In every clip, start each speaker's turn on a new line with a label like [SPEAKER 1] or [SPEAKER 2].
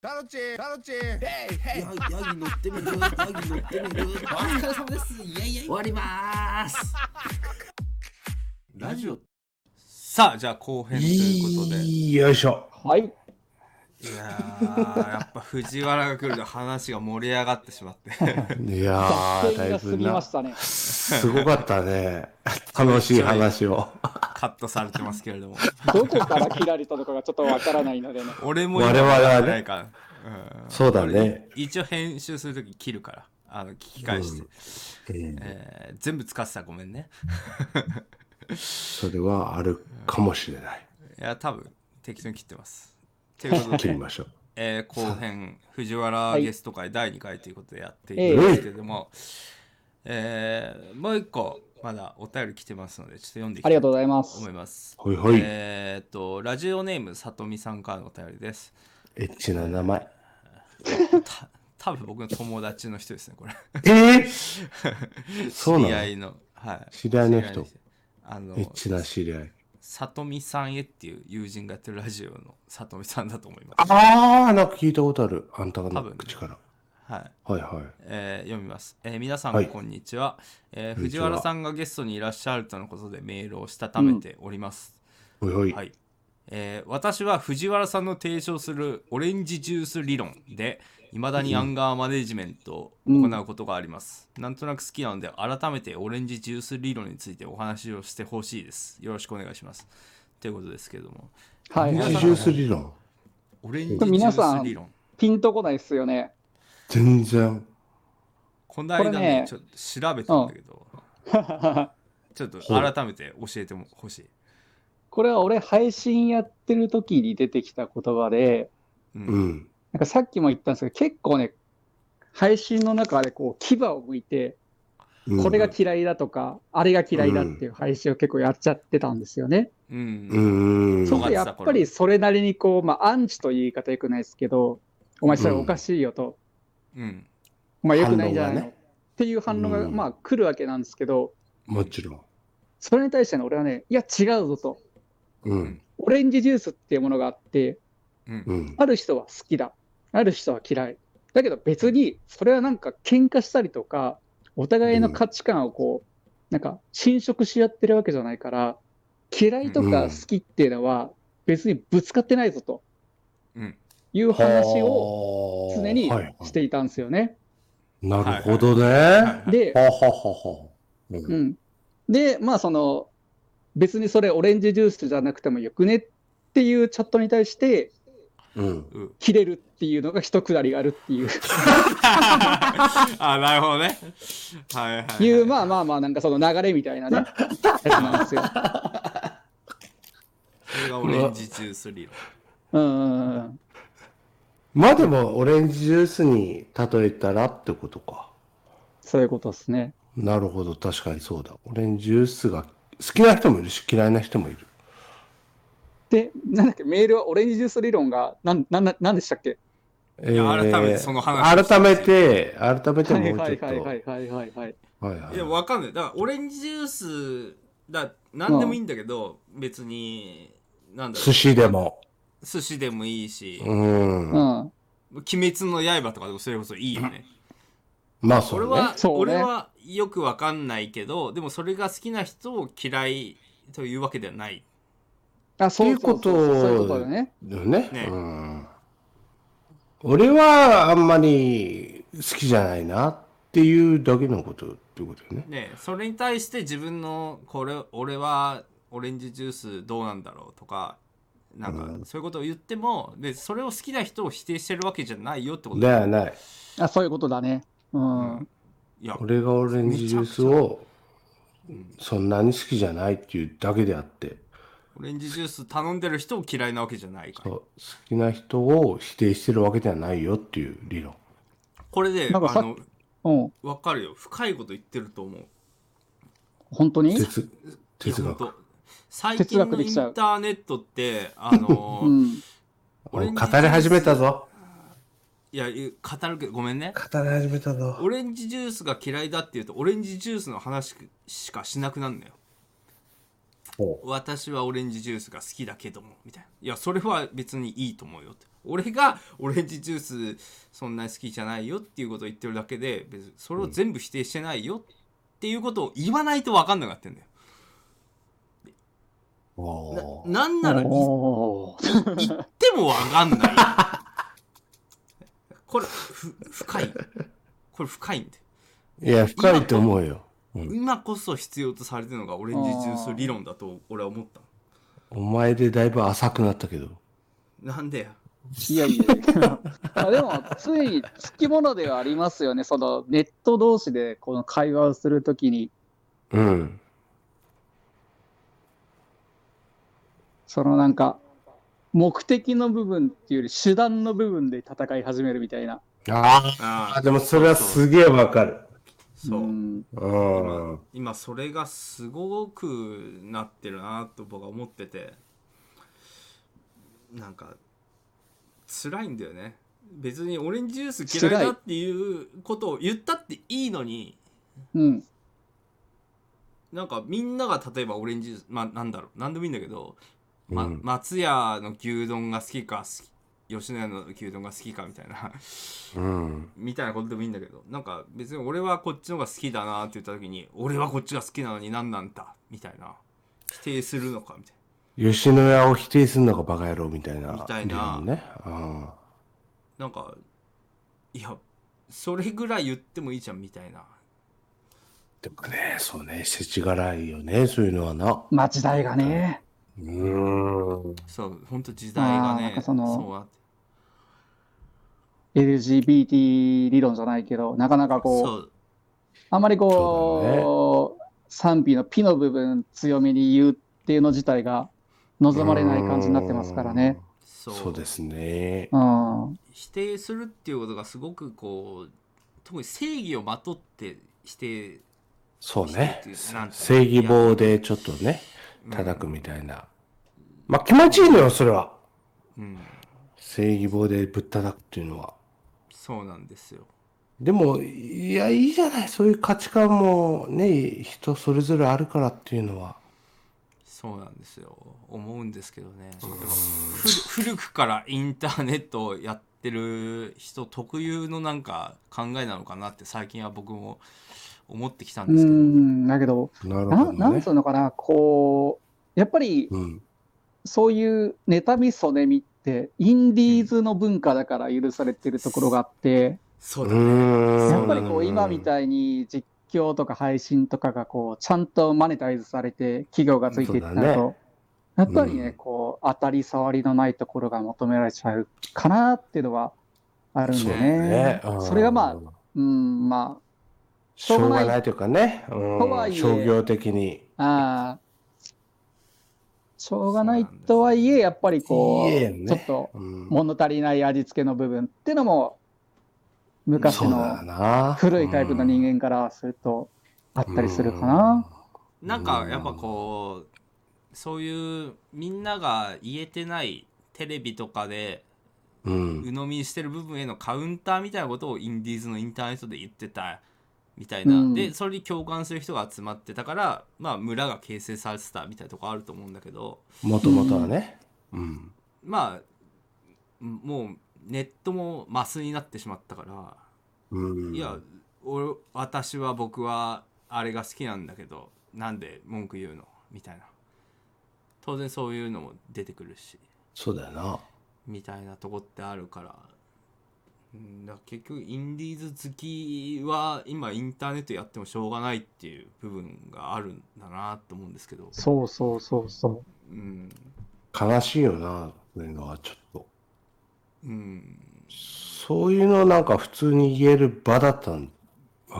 [SPEAKER 1] タロチンタロチンヘイヘイ
[SPEAKER 2] ヤギヤギ乗ってみるヤギ乗ってみる
[SPEAKER 3] お疲れ様です。いやいや
[SPEAKER 2] 終。わります
[SPEAKER 3] ラジオ。
[SPEAKER 4] さあ、じゃあ後編ということで。い
[SPEAKER 1] よいしょ
[SPEAKER 5] はい。
[SPEAKER 4] やー、やっぱ藤原が来ると話が盛り上がってしまって。
[SPEAKER 6] いや
[SPEAKER 5] 逆
[SPEAKER 6] ー、だ
[SPEAKER 5] 転
[SPEAKER 6] い
[SPEAKER 5] が過
[SPEAKER 6] ぶ
[SPEAKER 5] ぎま
[SPEAKER 6] な、
[SPEAKER 5] したね。
[SPEAKER 6] すごかっ たね。楽しい話を。
[SPEAKER 4] カットされてますけれども。
[SPEAKER 5] どこから切られたのかがちょっとわからないので ね。
[SPEAKER 4] 俺も今
[SPEAKER 6] 我々はね
[SPEAKER 4] わかんないから。うん
[SPEAKER 6] そうだね。
[SPEAKER 4] 一応編集するとき切るから。あの、聞き返して。
[SPEAKER 6] うん
[SPEAKER 4] えー全部使ってたらごめんね。
[SPEAKER 6] それはあるかもしれない。
[SPEAKER 4] いや、多分適当に切ってます。ということ
[SPEAKER 6] 切
[SPEAKER 4] で
[SPEAKER 6] り、ましょう。
[SPEAKER 4] えー後編、藤原ゲスト会第2回ということでやってい
[SPEAKER 5] ええ
[SPEAKER 4] くんですけれども、えーもう一個、まだお便り来てますので、ちょっと読んでいき
[SPEAKER 5] あ
[SPEAKER 4] たいと
[SPEAKER 5] りがとうございます
[SPEAKER 4] 思。います。
[SPEAKER 6] ほいほい。
[SPEAKER 4] えーっと、ラジオネーム、さとみさんからのお便りです。
[SPEAKER 6] エッチな名 前。
[SPEAKER 4] た多分僕の友達の人ですね、これ。
[SPEAKER 6] えー、そうなの
[SPEAKER 4] 知り合いの、はい。
[SPEAKER 6] 知り合いの人
[SPEAKER 4] 知り合いの
[SPEAKER 6] エッ
[SPEAKER 4] 人
[SPEAKER 6] チ
[SPEAKER 4] あの、
[SPEAKER 6] な知り合い。
[SPEAKER 4] さとみさんへっていう友人がやってるラジオの さとみさんだと思います。
[SPEAKER 6] あー、なんか聞いたことある。あんた
[SPEAKER 4] 多
[SPEAKER 6] の
[SPEAKER 4] 分ね
[SPEAKER 6] 口から。
[SPEAKER 4] はい。
[SPEAKER 6] はいはい。
[SPEAKER 4] えー読みます、えー皆さん、
[SPEAKER 6] はい
[SPEAKER 4] こんにちは、えー
[SPEAKER 6] こんに
[SPEAKER 4] 藤
[SPEAKER 6] ちは
[SPEAKER 4] 原さんがゲストにいらっしゃるとのことでメールをしたためております、
[SPEAKER 6] ほいほい。
[SPEAKER 4] はいえー私は藤原さんの提唱するオレンジジュース理論でいまだにアンガーマネジメントを行うことがあります、なんとなく好きなので改めてオレンジジュース理論についてお話をしてほしいですよろしくお願いしますということですけれども
[SPEAKER 5] はい。
[SPEAKER 6] エ
[SPEAKER 4] 皆さん
[SPEAKER 6] ッチジュース理論。
[SPEAKER 4] オレンジジュ
[SPEAKER 5] 皆
[SPEAKER 4] ー
[SPEAKER 5] さ
[SPEAKER 4] ス
[SPEAKER 5] ん
[SPEAKER 4] 理論
[SPEAKER 5] ピンとこないっすよね。
[SPEAKER 6] 全然。
[SPEAKER 4] この間ね
[SPEAKER 5] これね
[SPEAKER 4] ちょっと調べたんだけど、ちょっと改めて教えてもほしい、
[SPEAKER 5] これは俺配信やってる時に出てきた言葉で、
[SPEAKER 4] う
[SPEAKER 6] うんん。
[SPEAKER 5] なんかさっきも言ったんですけど、結構ね、配信の中でこう牙を向いて、
[SPEAKER 6] うん
[SPEAKER 5] これが嫌いだとか、あれが嫌いだっていう配信を結構やっちゃってたんですよね。
[SPEAKER 4] うん
[SPEAKER 6] うーん。
[SPEAKER 5] そ
[SPEAKER 4] そう
[SPEAKER 5] こ
[SPEAKER 4] か
[SPEAKER 5] でやっぱりそれなりにこう、まあ、アンチという言い方よくないですけど、お前それおかしいよと、
[SPEAKER 4] うん
[SPEAKER 5] お前よくないんじゃないの、
[SPEAKER 6] 反論
[SPEAKER 5] っていう反論が、
[SPEAKER 6] うん
[SPEAKER 5] まあ来るわけなんですけど、
[SPEAKER 6] もちろん。
[SPEAKER 5] それに対しての俺はね、いや違うぞと。
[SPEAKER 6] うん。
[SPEAKER 5] オレンジジュースっていうものがあって、
[SPEAKER 4] うん
[SPEAKER 6] うん。
[SPEAKER 5] ある人は好きだ、ある人は嫌い。だけど別に、それはなんか喧嘩したりとか、お互いの価値観をこう、なんか侵食し合ってるわけじゃないから、嫌いとか好きっていうのは別にぶつかってないぞと
[SPEAKER 4] うん
[SPEAKER 5] いう話を
[SPEAKER 6] を
[SPEAKER 5] 常にしていたんですよね。
[SPEAKER 6] なるほどね。
[SPEAKER 4] はい
[SPEAKER 5] で、
[SPEAKER 6] はははは。うん
[SPEAKER 5] うん、で、まあその、別にそれオレンジジュースじゃなくてもよくねっていうチャットに対して、
[SPEAKER 6] うん。
[SPEAKER 4] うん
[SPEAKER 5] 切れるっていうのが一くだりがあるっていう。
[SPEAKER 4] あなるほどねはいはい、はい、
[SPEAKER 5] いう、まあまあまあ、なんかその流れみたい なね、やつなんですよ。
[SPEAKER 4] これがオレンジジュース理論
[SPEAKER 5] うんうんうん。
[SPEAKER 6] まあでも、オレンジジュースに例えたらってことか。
[SPEAKER 5] そういうことですね。
[SPEAKER 6] なるほど、確かにそうだ。オレンジジュースが好きな人もいるし、嫌いな人もいる。
[SPEAKER 5] で、なんだっけ、メールはオレンジジュース理論が、なん、なんだ、なんでしたっけ
[SPEAKER 6] え
[SPEAKER 4] や改めてその話をして
[SPEAKER 6] 改めて、改めて
[SPEAKER 5] は
[SPEAKER 6] も
[SPEAKER 5] いう
[SPEAKER 6] ち
[SPEAKER 5] は
[SPEAKER 6] ょっ
[SPEAKER 5] い
[SPEAKER 6] と。
[SPEAKER 5] は
[SPEAKER 6] はいい
[SPEAKER 5] は
[SPEAKER 6] はい
[SPEAKER 5] はいはいはい。
[SPEAKER 6] い。
[SPEAKER 4] いやわかんないだからオレンジジュースだ何でもいいんだけど、別になんだろう
[SPEAKER 6] 寿司でも。
[SPEAKER 4] 寿司でもいいし、
[SPEAKER 6] うん。
[SPEAKER 5] うん。
[SPEAKER 4] 鬼滅の刃とかでもそれこそいいよね
[SPEAKER 6] まあそ
[SPEAKER 4] 俺
[SPEAKER 6] うね。
[SPEAKER 4] は、
[SPEAKER 5] そうね
[SPEAKER 4] 俺はよくわかんないけどでもそれが好きな人を嫌いというわけではない
[SPEAKER 5] あ、そうそうそう
[SPEAKER 6] っていうことを
[SPEAKER 5] そういうことだね。
[SPEAKER 6] だよね。
[SPEAKER 4] ね
[SPEAKER 6] うん。俺はあんまり好きじゃないなっていうだけのことっていうことよね。
[SPEAKER 4] ねそれに対して自分のこれ俺はオレンジジュースどうなんだろうとかなん
[SPEAKER 6] う
[SPEAKER 4] かそういうことを言ってもでそれを好きな人を否定してるわけじゃないよってこと
[SPEAKER 6] だよね。
[SPEAKER 5] あ、そういうことだね。う。
[SPEAKER 4] うんんいや
[SPEAKER 6] 俺がオレンジジュースを
[SPEAKER 4] うん
[SPEAKER 6] そんなに好きじゃないっていうだけであって、
[SPEAKER 4] オレンジジュース頼んでる人を嫌いなわけじゃないか
[SPEAKER 6] そう
[SPEAKER 4] ら
[SPEAKER 6] 好きな人を否定してるわけではないよっていう理論。
[SPEAKER 4] これで
[SPEAKER 5] なんかさ
[SPEAKER 4] あの
[SPEAKER 5] うん。
[SPEAKER 4] 分かるよ深いこと言ってると思う
[SPEAKER 5] 本当に
[SPEAKER 6] 哲
[SPEAKER 4] いや
[SPEAKER 6] 哲
[SPEAKER 4] ほん
[SPEAKER 6] 学。
[SPEAKER 4] と最近
[SPEAKER 5] 哲学
[SPEAKER 4] の
[SPEAKER 5] で
[SPEAKER 4] イ
[SPEAKER 5] き
[SPEAKER 4] ン
[SPEAKER 5] ちゃう
[SPEAKER 4] ターネットってあの、
[SPEAKER 5] うん。
[SPEAKER 4] オレンジジュース
[SPEAKER 6] 語り始めたぞ。
[SPEAKER 4] いや言う語るけどごめんね
[SPEAKER 6] 語り始めたぞ。
[SPEAKER 4] オレンジジュースが嫌いだっていうとオレンジジュースの話しかしなくなるのよ
[SPEAKER 6] ほ
[SPEAKER 4] 私はオレンジジュースが好きだけどもみたいないやそれは別にいいと思うよって俺がオレンジジュースそんなに好きじゃないよっていうことを言ってるだけで別にそれを全部否定してないよっていうことを言わないと分かんなくなってんだよ。
[SPEAKER 6] おー
[SPEAKER 4] なんなら言っ
[SPEAKER 5] おー
[SPEAKER 4] ても分かんない。これふ深い。これ深いんだよ。
[SPEAKER 6] いや、深いと思うよ。
[SPEAKER 4] 今こそ必要とされてるのがオレンジジュース理論だと俺は思った
[SPEAKER 6] お前でだいぶ浅くなったけど。
[SPEAKER 4] の。なんで
[SPEAKER 5] いやいやいや あでもついつきものではありますよねそのネット同士でこの会話をするときに
[SPEAKER 6] うん。
[SPEAKER 5] そのなんか目的の部分っていうより手段の部分で戦い始めるみたいな
[SPEAKER 4] あ
[SPEAKER 6] ああ、
[SPEAKER 4] あ
[SPEAKER 6] でもそれはすげえわかる。
[SPEAKER 4] そう。
[SPEAKER 5] ん
[SPEAKER 6] うん。
[SPEAKER 4] 今それがすごくなってるなと僕は思っててなんか辛いんだよね別にオレンジジュース嫌いだっていうことを言ったっていいのに
[SPEAKER 5] うん
[SPEAKER 4] なんかみんなが例えばオレンジジュースまあなんだろう何でもいいんだけど、ま
[SPEAKER 6] うん
[SPEAKER 4] 松屋の牛丼が好きか好き吉野家の牛丼が好きかみたいな
[SPEAKER 6] うん。
[SPEAKER 4] みたいなことでもいいんだけどなんか別に俺はこっちの方が好きだなって言った時に俺はこっちが好きなのに何なんだみたいな否定するのかみたい
[SPEAKER 6] 吉野家を否定するのがバカ野郎みたいな。
[SPEAKER 4] みたいな
[SPEAKER 6] ね。うん。
[SPEAKER 4] ななんかいやそれぐらい言ってもいいじゃんみたいな
[SPEAKER 6] でもね、そうね、世知辛いよね、そういうのはな。
[SPEAKER 5] まあ時代がね
[SPEAKER 6] うーん。
[SPEAKER 4] そうほんと時代が
[SPEAKER 5] あーなん
[SPEAKER 4] ね
[SPEAKER 5] かその
[SPEAKER 4] そうなって
[SPEAKER 5] LGBT 理論じゃないけどなかなかこう
[SPEAKER 4] そう
[SPEAKER 5] あまり
[SPEAKER 6] そ
[SPEAKER 5] こう賛否のピの部分強めに言うっていうの自体が望まれない感じになってますからね。
[SPEAKER 4] そ
[SPEAKER 6] うん。
[SPEAKER 4] う
[SPEAKER 6] そうですね。
[SPEAKER 5] うん、
[SPEAKER 4] 否定するっていうことがすごくこう特に正義をまとって否定
[SPEAKER 6] そうね
[SPEAKER 4] 否定っていうなん。て
[SPEAKER 6] 正義棒でちょっとね、叩くみたいな。まあ気持ちいいのよ、それは。
[SPEAKER 4] うん
[SPEAKER 6] 正義棒でぶったたくっていうのは。
[SPEAKER 4] そうなんですよ
[SPEAKER 6] でも、いや、いいじゃない。そういう価値観もね、人それぞれあるからっていうのは。
[SPEAKER 4] そうなんですよ思うんですけどね古古くからインターネットをやってる人特有のなんか考えなのかなって最近は僕も思ってきたん
[SPEAKER 5] う
[SPEAKER 4] ですけど、
[SPEAKER 5] んだけど
[SPEAKER 6] なるほ
[SPEAKER 5] な
[SPEAKER 6] ど
[SPEAKER 5] なん
[SPEAKER 6] ね
[SPEAKER 5] つう。のかなこうやっぱり
[SPEAKER 6] うん。
[SPEAKER 5] そういう妬みそねみってインディーズの文化だから許されてるところがあって
[SPEAKER 4] そううだ、
[SPEAKER 6] ーん
[SPEAKER 5] やっぱりこう今みたいに実況とか配信とかがこうちゃんとマネタイズされて企業がついていっ
[SPEAKER 6] そ
[SPEAKER 5] た
[SPEAKER 6] うだ
[SPEAKER 5] と、やっぱりね、
[SPEAKER 6] うん
[SPEAKER 5] こう当たり障りのないところが求められちゃうかなっていうのはあるんでね。
[SPEAKER 6] そうねうん
[SPEAKER 5] それがまあ、うん、ま
[SPEAKER 6] しょうがないというかね、うん
[SPEAKER 5] とはいえ
[SPEAKER 6] 商業的に。
[SPEAKER 5] あ、あーしょうがないとはいえ、やっぱりこ
[SPEAKER 6] いいえ
[SPEAKER 5] う、
[SPEAKER 6] ね
[SPEAKER 5] ちょっと
[SPEAKER 6] うん
[SPEAKER 5] 物足りない味付けの部分っていうのも、昔
[SPEAKER 6] そうだよ
[SPEAKER 5] の
[SPEAKER 6] な
[SPEAKER 5] 古いタイプの人間からするとあったりするかな。。
[SPEAKER 4] なんかやっぱこうそういうみんなが言えてないテレビとかで
[SPEAKER 6] うんうん
[SPEAKER 4] 鵜呑みにしてる部分へのカウンターみたいなことをインディーズのインターネットで言ってたみたいな、
[SPEAKER 5] うん
[SPEAKER 4] でそれに共感する人が集まってたから、まあ、村が形成されてたみたいなとこあると思うんだけど
[SPEAKER 6] もともとはね。うん。
[SPEAKER 4] まあんもうネットもマスになってしまったから、
[SPEAKER 6] うん
[SPEAKER 4] いや俺私は僕はあれが好きなんだけどなんで文句言うのみたいな当然そういうのも出てくるし
[SPEAKER 6] そうだよな。
[SPEAKER 4] みたいなとこってあるからうんだから結局インディーズ好きは今インターネットやってもしょうがないっていう部分があるんだなと思うんですけど、
[SPEAKER 5] そうそうそうそう。
[SPEAKER 4] うん
[SPEAKER 6] 悲しいよな、そういうのはちょっと。
[SPEAKER 4] うん、
[SPEAKER 6] そういうのなんか普通に言える場だったわ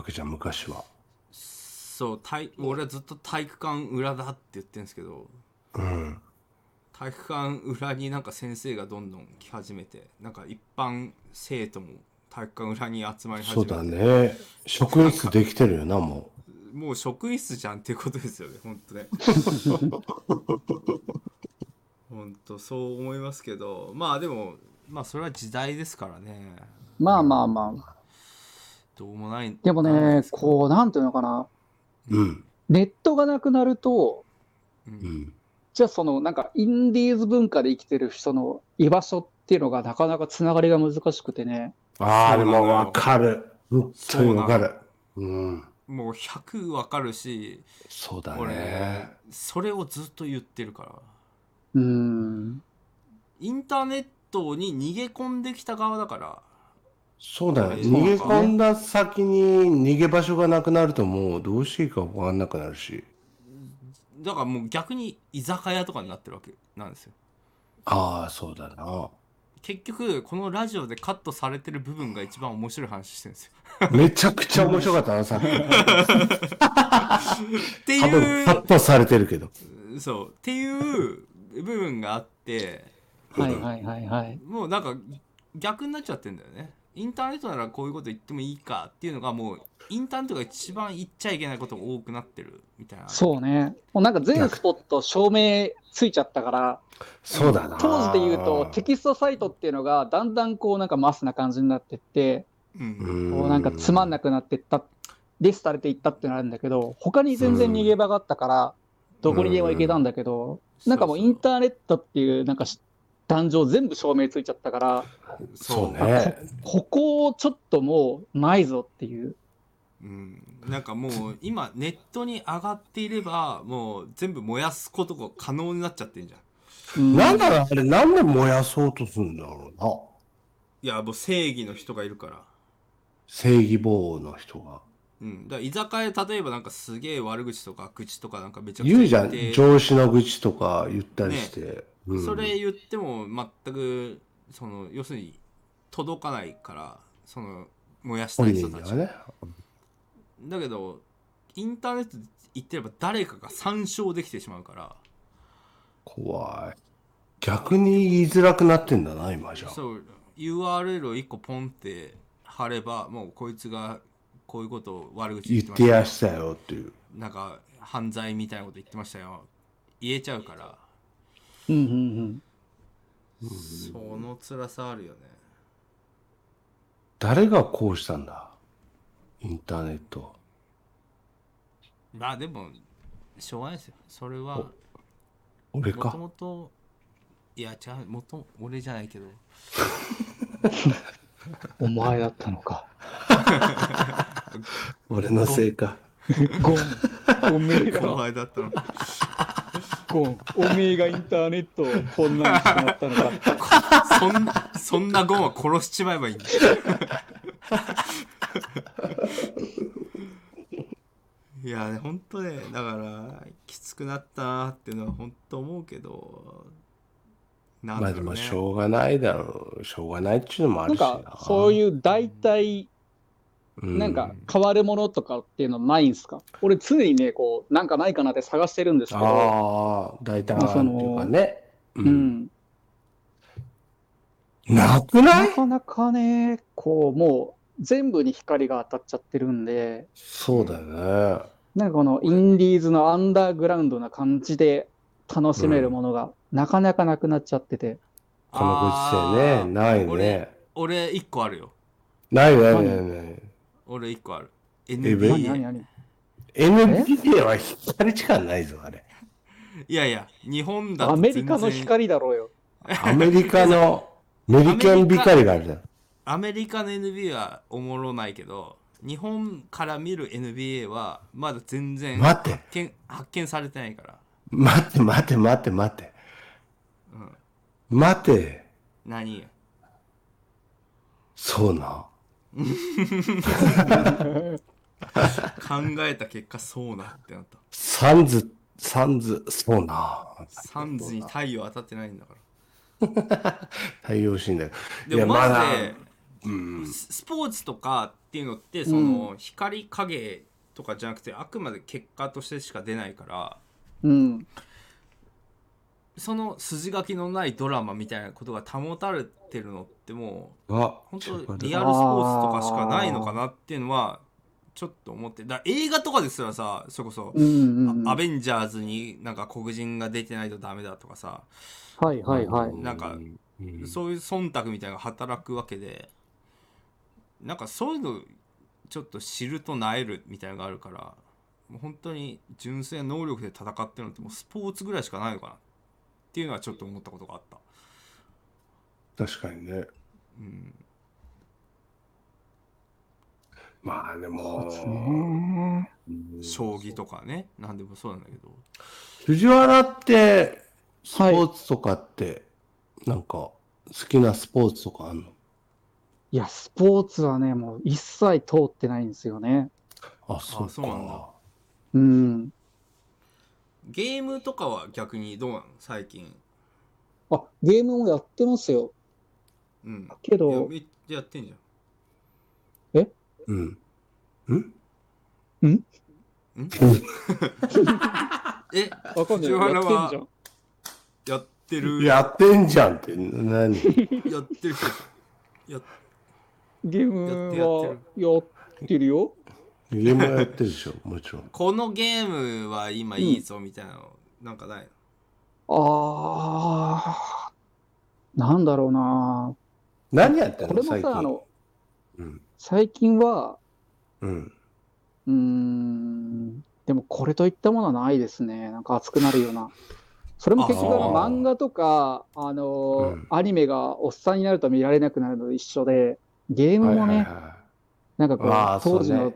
[SPEAKER 6] けじゃん、昔は。
[SPEAKER 4] そう体俺はずっと体育館裏だって言ってるんですけど
[SPEAKER 6] うん。
[SPEAKER 4] 体育館裏になんか先生がどんどん来始めてなんか一般生徒も体育館裏に集まり始
[SPEAKER 6] そ
[SPEAKER 4] め
[SPEAKER 6] う
[SPEAKER 4] て
[SPEAKER 6] だね。職員室できてるよな、も
[SPEAKER 4] もう職員室じゃんっていうことですよね本当ね 本当そう思いますけどまあでもまあそれは時代ですからね
[SPEAKER 5] まあまあまあ。
[SPEAKER 4] どうもない
[SPEAKER 5] でも
[SPEAKER 4] なん
[SPEAKER 5] ね
[SPEAKER 4] で、すけど
[SPEAKER 5] こう、なんていうのかな、
[SPEAKER 6] う。うん。
[SPEAKER 5] ネットがなくなると、
[SPEAKER 4] う
[SPEAKER 6] うんん。
[SPEAKER 5] じゃあその、なんか、インディーズ文化で生きてる人の居場所っっていうのがなかなかつながりが難しくてね。
[SPEAKER 6] ああ、
[SPEAKER 4] そ
[SPEAKER 6] で
[SPEAKER 4] うなのよ
[SPEAKER 6] もわかる。本当にわかる。うん。
[SPEAKER 4] もう100わかるし、
[SPEAKER 6] そうだ
[SPEAKER 4] 俺
[SPEAKER 6] ね
[SPEAKER 4] ね。、それをずっと言ってるから。
[SPEAKER 5] うーん。
[SPEAKER 4] インターネットに逃げ込んできた側だから、
[SPEAKER 6] そうだよ。
[SPEAKER 4] そう
[SPEAKER 6] 逃げ込んだ先に逃げ場所がなくなるともうどうしていいかわかんなくなるし。
[SPEAKER 4] だからもう逆に居酒屋とかになってるわけなんですよ。
[SPEAKER 6] ああ、そうだな。
[SPEAKER 4] 結局、このラジオでカットされてる部分が一番面白い話してるんですよ。
[SPEAKER 6] めちゃくちゃ面白かったな、さっき。
[SPEAKER 4] って
[SPEAKER 6] 多分、カ
[SPEAKER 4] い
[SPEAKER 6] ットされてるけど。
[SPEAKER 4] う、そう、っていう部分があって、
[SPEAKER 5] はいはいはいはい。
[SPEAKER 4] もうなんか逆になっちゃってんだよね。インターネットならこういうこと言ってもいいかっていうのがもうインターネットが一番言っちゃいけないことが多くなってるみたいな。
[SPEAKER 5] そうね。もうなんか全スポット照明ついちゃったから、
[SPEAKER 6] そうだな。
[SPEAKER 5] 当時で言うとテキストサイトっていうのがだんだんこうなんかマスな感じになってって、
[SPEAKER 4] う。
[SPEAKER 6] うんん
[SPEAKER 5] こうなんかつまんなくなってった、レスされていったっていうのがあるんだけど、他に全然逃げ場があったから、どこにでも行けたんだけど、なんかもうインターネットっていうなんかし壇上全部照明ついちゃったから、
[SPEAKER 6] そう
[SPEAKER 5] あ
[SPEAKER 6] ね。
[SPEAKER 5] ここをちょっともうないぞっていう。
[SPEAKER 4] うん、なんかもう今ネットに上がっていればもう全部燃やすことが可能になっちゃってんじゃん
[SPEAKER 5] うん
[SPEAKER 6] なんだろう、あれ、なんで燃やそうとするんだろうな。
[SPEAKER 4] いやもう正義の人がいるから,、
[SPEAKER 6] 正義棒の人が。
[SPEAKER 4] うん、だから居酒屋例えばなんかすげえ悪口とか愚痴とかなんかめちゃくちゃ
[SPEAKER 6] 言うじゃ
[SPEAKER 4] 言って
[SPEAKER 6] ん。上司の愚痴とか言ったりして。うん
[SPEAKER 4] それ言っても全くその要するに届かないからその燃やした
[SPEAKER 6] 本
[SPEAKER 4] い人
[SPEAKER 6] 人
[SPEAKER 4] た
[SPEAKER 6] に
[SPEAKER 4] ち
[SPEAKER 6] はね。
[SPEAKER 4] だけどインターネットで言ってれば誰かが参照できてしまうから
[SPEAKER 6] 怖い。逆に言いづらくなってんだな、今じゃ。
[SPEAKER 4] そう URL を1個ポンって貼ればもうこいつがこういうことを悪口
[SPEAKER 6] 言っ
[SPEAKER 4] ま
[SPEAKER 6] て
[SPEAKER 4] した
[SPEAKER 6] や
[SPEAKER 4] よ
[SPEAKER 6] したよっていう。
[SPEAKER 4] なんか犯罪みたいなこと言ってましたよ言えちゃうから
[SPEAKER 5] うんうんうん。
[SPEAKER 4] その辛さあるよね
[SPEAKER 6] 誰がこうしたんだインターネット。
[SPEAKER 4] まあでもしょうがないですよそれはも
[SPEAKER 6] 俺
[SPEAKER 4] と
[SPEAKER 6] か。
[SPEAKER 4] もといや違うもと俺じゃないけど
[SPEAKER 5] お前だったのか。
[SPEAKER 6] 俺のせいか。
[SPEAKER 5] ゴン。おめえ
[SPEAKER 4] お
[SPEAKER 5] が、
[SPEAKER 4] 前だったの
[SPEAKER 5] ゴン。おめえがインターネットをこんなにしてもらったのか。
[SPEAKER 4] そんなそんなゴンは殺しちまえば いいんだいやねほんとねだからきつくなったなっていうのはほんと思うけどなん
[SPEAKER 6] まあ
[SPEAKER 4] だ
[SPEAKER 6] で
[SPEAKER 4] ろう、ね、
[SPEAKER 6] もしょうがないだろう。しょうがないっていうのもあ
[SPEAKER 5] な
[SPEAKER 6] る
[SPEAKER 5] ん
[SPEAKER 6] しな。
[SPEAKER 5] か、そういう代替、
[SPEAKER 6] う
[SPEAKER 5] なんか変わるものとかっていうのないんすか俺常にね、こう、なんかないかなって探してるんですけど、
[SPEAKER 6] ああ、大胆
[SPEAKER 5] まあ
[SPEAKER 6] って
[SPEAKER 5] その
[SPEAKER 6] いうかね。う
[SPEAKER 5] う。ん。
[SPEAKER 6] なくな
[SPEAKER 5] ないかなかね、こう、もう全部に光が当たっちゃってるんで、
[SPEAKER 6] そうだよね。
[SPEAKER 5] なんかこのインディーズのアンダーグラウンドな感じで楽しめるものがなかなかなくなっちゃってて、
[SPEAKER 6] このご時世ね。
[SPEAKER 4] あー
[SPEAKER 6] ない
[SPEAKER 4] 俺
[SPEAKER 6] ね。
[SPEAKER 4] 俺1個あるよ
[SPEAKER 6] ないないないない。
[SPEAKER 4] 俺1個ある
[SPEAKER 6] え
[SPEAKER 5] 何
[SPEAKER 4] NBA
[SPEAKER 5] 何何
[SPEAKER 6] NBA は光しかないぞ、あれ。
[SPEAKER 4] いやいや日本だと
[SPEAKER 5] アメリ
[SPEAKER 4] 全
[SPEAKER 5] カの
[SPEAKER 4] 然
[SPEAKER 5] 光だろうよ。
[SPEAKER 6] アメリカの、アメリカン光があるじゃん。
[SPEAKER 4] アメリカの NBA はおもろないけど日本から見る NBA はまだ全然発
[SPEAKER 6] 待って、
[SPEAKER 4] 見発見されてないから
[SPEAKER 6] 待って、待って、待って、待って。
[SPEAKER 4] うん
[SPEAKER 6] 待て、
[SPEAKER 4] 何よ
[SPEAKER 6] そうな。
[SPEAKER 4] 考えた結果そうなってなった
[SPEAKER 6] サンズ、サンズ、そうな。
[SPEAKER 4] サンズに太陽当たってないんだか
[SPEAKER 6] 対応しんだよ。
[SPEAKER 4] らでもマジ
[SPEAKER 6] だ
[SPEAKER 4] で、ススポーツとかっていうのってその、光影とかじゃなくてあくまで結果としてしか出ないから
[SPEAKER 5] うん。
[SPEAKER 4] その筋書きのないドラマみたいなことが保たれてるのってもう
[SPEAKER 6] あ、
[SPEAKER 4] 本
[SPEAKER 6] ちょっと
[SPEAKER 4] 当
[SPEAKER 6] 待っ
[SPEAKER 4] リ
[SPEAKER 6] て
[SPEAKER 4] アルスポーツとかしかないのかなっていうのはちょっと思ってだから映画とかですらさそれこそ、
[SPEAKER 5] うんうんうん。
[SPEAKER 4] ア
[SPEAKER 5] は
[SPEAKER 4] ベンジャーズになんか黒人が出てないとダメだとかさ
[SPEAKER 5] いはいはい。
[SPEAKER 4] なんか
[SPEAKER 6] うん
[SPEAKER 4] そういう忖度みたいなのが働くわけでなんかそういうのちょっと知るとなえるみたいなのがあるからもう本当に純粋な能力で戦ってるのってもうスポーツぐらいしかないのかなっていうのはちょっと思ったことがあった
[SPEAKER 6] 確かにね。
[SPEAKER 4] うん、
[SPEAKER 6] まあでも、
[SPEAKER 5] ね
[SPEAKER 6] うん
[SPEAKER 4] 将棋とかね何でもそうなんだけど
[SPEAKER 6] 藤原って、スポ
[SPEAKER 5] はい
[SPEAKER 6] ーツとかって、なんか、好きなスポーツとかあんの
[SPEAKER 5] いや、スポーツはね、もう一切通ってないんですよね。
[SPEAKER 6] あ、そうか。
[SPEAKER 4] そうなんだ
[SPEAKER 5] うん。
[SPEAKER 4] ゲームとかは逆にどうなの最近
[SPEAKER 5] あ、ゲームもやってますよ。
[SPEAKER 4] うん
[SPEAKER 5] け
[SPEAKER 4] いや
[SPEAKER 5] ど
[SPEAKER 4] め、っちゃやってんじ
[SPEAKER 6] うん。ん
[SPEAKER 4] ゃんん
[SPEAKER 6] うん
[SPEAKER 4] え
[SPEAKER 5] わかんない。
[SPEAKER 4] 藤
[SPEAKER 5] やって
[SPEAKER 4] 原は
[SPEAKER 5] んじゃん。
[SPEAKER 4] やってるや
[SPEAKER 6] やってんじゃんって、な何
[SPEAKER 4] ってる人でしょや
[SPEAKER 5] ゲームはやってるよ。
[SPEAKER 6] ゲームはやってるで しょ、もちろん。
[SPEAKER 4] このゲームは今いいぞみたいなの、なんかないの
[SPEAKER 5] あー、なんだろうな。
[SPEAKER 6] 何やってん
[SPEAKER 5] これ
[SPEAKER 6] の
[SPEAKER 5] も
[SPEAKER 6] 最近。
[SPEAKER 5] さ、あの、
[SPEAKER 6] うん。
[SPEAKER 5] 最近は、
[SPEAKER 6] うん。
[SPEAKER 5] うーん、でもこれといったものはないですね。なんか熱くなるような。それも結局あの
[SPEAKER 6] あー
[SPEAKER 5] 漫画とか、あのー
[SPEAKER 6] うん
[SPEAKER 5] アニメがおっさんになると見られなくなるのと一緒で、ゲームもね、
[SPEAKER 6] はいはいは
[SPEAKER 5] なんかこう
[SPEAKER 6] まあ
[SPEAKER 5] 当時
[SPEAKER 6] そう
[SPEAKER 5] の、
[SPEAKER 6] ね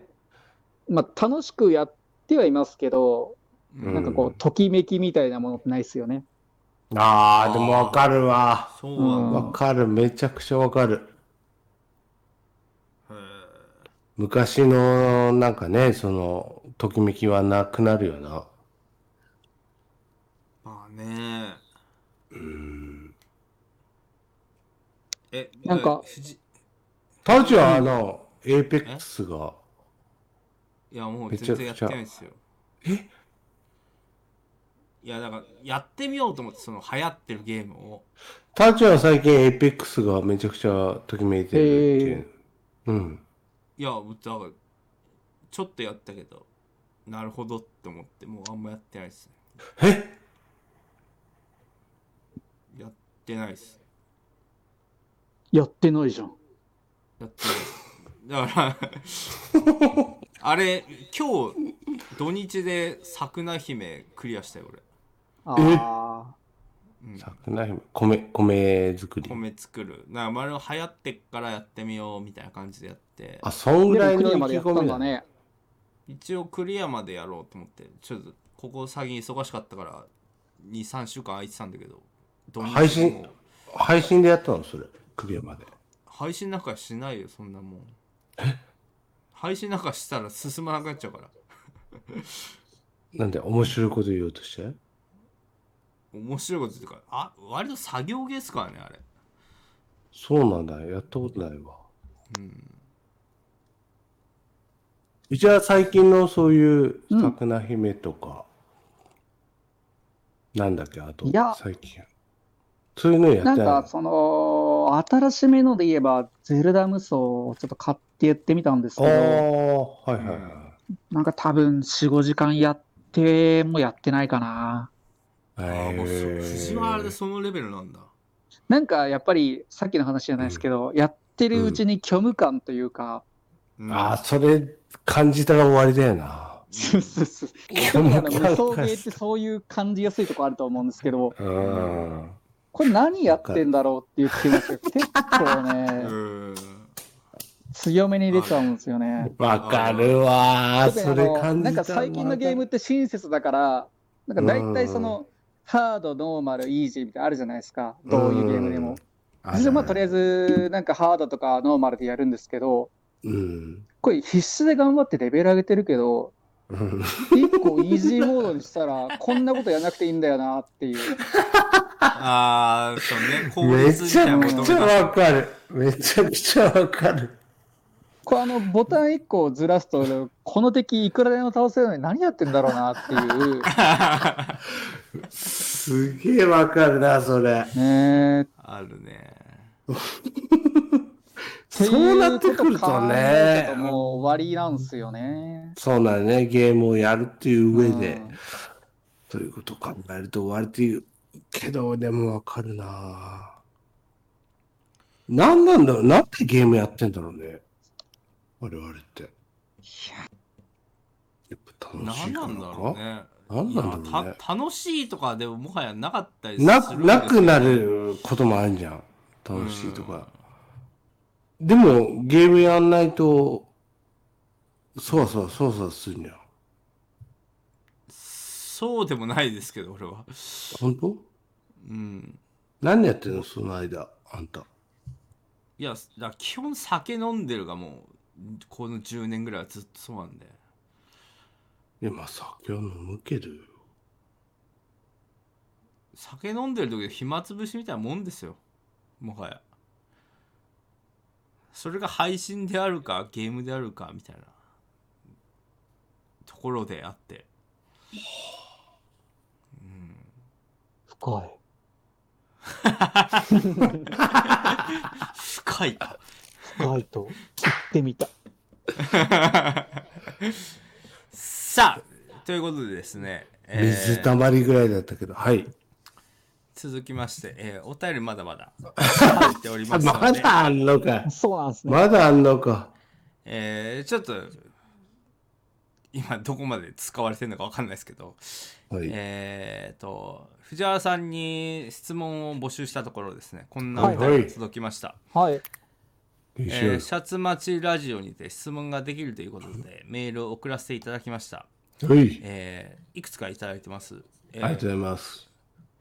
[SPEAKER 5] まあ楽しくやってはいますけど、
[SPEAKER 4] う
[SPEAKER 5] なんか
[SPEAKER 6] う
[SPEAKER 5] こ
[SPEAKER 6] ん
[SPEAKER 5] う、ときめきみたいなものってないですよね。
[SPEAKER 6] いあー、でもわかるわ。
[SPEAKER 4] そうなんだ、
[SPEAKER 5] うん
[SPEAKER 6] わかる、めちゃくちゃわかる。
[SPEAKER 4] へ
[SPEAKER 6] 昔の、なんかね、その、ときめきはなくなるよな。
[SPEAKER 4] ーまあね
[SPEAKER 6] うん。
[SPEAKER 4] え
[SPEAKER 5] なんか
[SPEAKER 4] え藤
[SPEAKER 6] タチは、あの、エイペックスが、
[SPEAKER 4] いやもう
[SPEAKER 6] めちゃ
[SPEAKER 4] 全然や
[SPEAKER 6] くちゃ
[SPEAKER 4] ってないんですよえいやだからやってみようと思ってその流行ってるゲームを
[SPEAKER 6] タチは最近エイペックスがめちゃくちゃときめいてるっていう。うん。
[SPEAKER 4] いやだからちょっとやったけどなるほどって思ってもうあんまやってないですね
[SPEAKER 6] え
[SPEAKER 4] やってないです
[SPEAKER 5] やってないじゃん。
[SPEAKER 4] やってないっすだから あれ今日土日で桜姫クリアしたよ俺、
[SPEAKER 5] あー
[SPEAKER 4] うん、
[SPEAKER 6] 桜姫、米、米作り。
[SPEAKER 4] 米作るなまる流行ってっからやってみようみたいな感じでやって
[SPEAKER 6] あ、そんぐらい
[SPEAKER 5] で
[SPEAKER 6] の
[SPEAKER 5] もクリア
[SPEAKER 6] 意
[SPEAKER 5] まで
[SPEAKER 6] 気
[SPEAKER 5] やった
[SPEAKER 6] 込
[SPEAKER 5] ん
[SPEAKER 6] み
[SPEAKER 5] だ
[SPEAKER 6] だね。
[SPEAKER 5] ね。
[SPEAKER 4] 一応クリアまでやろうと思ってちょっとここ最近忙しかったから23週間空いてたんだけどどんな
[SPEAKER 6] 配信
[SPEAKER 4] もう
[SPEAKER 6] 配信でやったのそれ。クリアまで。
[SPEAKER 4] 配信なんかしないよそんなもん配信なんかしたら進まなくなっちゃうから
[SPEAKER 6] なんで、面白いこと言おうとして
[SPEAKER 4] 面白いことっていうかあ割と作業ゲーっすからねあれ
[SPEAKER 6] そうなんだ。やったことないわ。
[SPEAKER 4] うん
[SPEAKER 6] じゃあ最近のそういう桜姫とか、なんだっけ、あと
[SPEAKER 5] いや、
[SPEAKER 6] 最近。そういうのやって
[SPEAKER 5] な
[SPEAKER 6] なんい
[SPEAKER 5] かその新しめので言えば「ゼルダ無双」をちょっと買ってやってみたんです
[SPEAKER 6] ああ
[SPEAKER 5] けど
[SPEAKER 6] ー、はいはいはい。
[SPEAKER 5] なんか多分45時間やってもやってないかな
[SPEAKER 4] ああもうそ
[SPEAKER 6] へー
[SPEAKER 4] 藤原でそのレベルなんだ
[SPEAKER 5] なんかやっぱりさっきの話じゃないですけど、やってるうちに虚無感というか、
[SPEAKER 4] うん
[SPEAKER 6] ああ、それ感じたら終わりだよな。
[SPEAKER 5] そうそうそう
[SPEAKER 6] 虚
[SPEAKER 5] 多
[SPEAKER 6] 無
[SPEAKER 5] 分あ
[SPEAKER 6] 感
[SPEAKER 5] の無双ゲーってそういう感じやすいとこあると思うんですけど
[SPEAKER 6] うん。
[SPEAKER 5] これ何やってんだろうっていう気持ちが結構
[SPEAKER 4] う
[SPEAKER 5] ね
[SPEAKER 4] ん
[SPEAKER 5] 強めに出ちゃうんですよね。
[SPEAKER 6] わかるわー。
[SPEAKER 5] 特に
[SPEAKER 6] そ
[SPEAKER 5] あ
[SPEAKER 6] れ
[SPEAKER 5] の
[SPEAKER 6] 感じたら
[SPEAKER 5] なんか最近のゲームって親切だからなんか大体そのハードノーマルイージーみたいなのあるじゃないですかどういうゲームでも。私はまあとりあえずなんかハードとかノーマルでやるんですけど
[SPEAKER 6] うん。
[SPEAKER 5] これ必死で頑張ってレベル上げてるけど
[SPEAKER 6] うん
[SPEAKER 5] 一個イージーモードにしたらこんなことやらなくていいんだよなっていう
[SPEAKER 4] ああそう ね効
[SPEAKER 6] め
[SPEAKER 4] 率み
[SPEAKER 6] ち
[SPEAKER 4] たいな
[SPEAKER 6] ゃ
[SPEAKER 4] こと
[SPEAKER 6] くちゃわかる。めちゃくちゃわかる。
[SPEAKER 5] これあのボタン1個ずらすとこの敵いくらでも倒せるのに何やってんだろうなっていう
[SPEAKER 6] すげえわかるな、それ。
[SPEAKER 5] ねえ
[SPEAKER 4] あるね
[SPEAKER 6] そうなってくる
[SPEAKER 5] っていう
[SPEAKER 6] と
[SPEAKER 5] こと考え
[SPEAKER 6] ね
[SPEAKER 5] ると、もう終わりなんですよね。
[SPEAKER 6] そうだね、ゲームをやるっていう上で
[SPEAKER 5] うん、
[SPEAKER 6] そういうことを考えると割と言うけど、でもわかるななんなんだろうなんてゲームやってんだろうね。我々って。やっぱ楽
[SPEAKER 4] 何
[SPEAKER 6] しい
[SPEAKER 4] な
[SPEAKER 6] か
[SPEAKER 4] ん
[SPEAKER 6] な
[SPEAKER 4] だろうね
[SPEAKER 6] 何なんだろうね
[SPEAKER 4] いやた楽しいとかでももはやなかったりする
[SPEAKER 6] な
[SPEAKER 4] ですよね
[SPEAKER 6] なくなることもあるじゃん。楽しいとか。でも、ゲームやんないと、そわそわそわそわするんじゃん。
[SPEAKER 4] そうでもないですけど俺は
[SPEAKER 6] 本当
[SPEAKER 4] うん
[SPEAKER 6] 何やってんのその間、あんた。
[SPEAKER 4] いやだから基本酒飲んでるがもうこの10年ぐらいはずっとそうなんで
[SPEAKER 6] いや、まあ、酒は飲むけどよ。
[SPEAKER 4] 酒飲んでる時暇つぶしみたいなもんですよもはやそれが配信であるかゲームであるかみたいなところであって
[SPEAKER 5] 深い。
[SPEAKER 4] 深いか
[SPEAKER 5] 深いと切ってみた。
[SPEAKER 4] さあということでですね、えー
[SPEAKER 6] 水たまりぐらいだったけど、はい。
[SPEAKER 4] 続きま して、えーお便りまだまだ入っており
[SPEAKER 6] あ
[SPEAKER 4] ますの
[SPEAKER 6] ま
[SPEAKER 4] で、
[SPEAKER 6] だあんのか。
[SPEAKER 5] そうなんですね。
[SPEAKER 6] まだあんのか。
[SPEAKER 4] えーちょっと今どこまで使われてるのかわかんないですけど、
[SPEAKER 6] はい。
[SPEAKER 4] えー、と藤原さんに質問を募集したところですねこんなお
[SPEAKER 5] はい
[SPEAKER 4] 便りが届きました、
[SPEAKER 5] はい。
[SPEAKER 6] 一
[SPEAKER 4] えー
[SPEAKER 6] 緒
[SPEAKER 4] シャツ待ちラジオにて質問ができるということでメールを送らせていただきました、
[SPEAKER 6] はい。
[SPEAKER 4] えーいくつかいただいてます、えー
[SPEAKER 6] ありがとうございます。
[SPEAKER 4] ありがと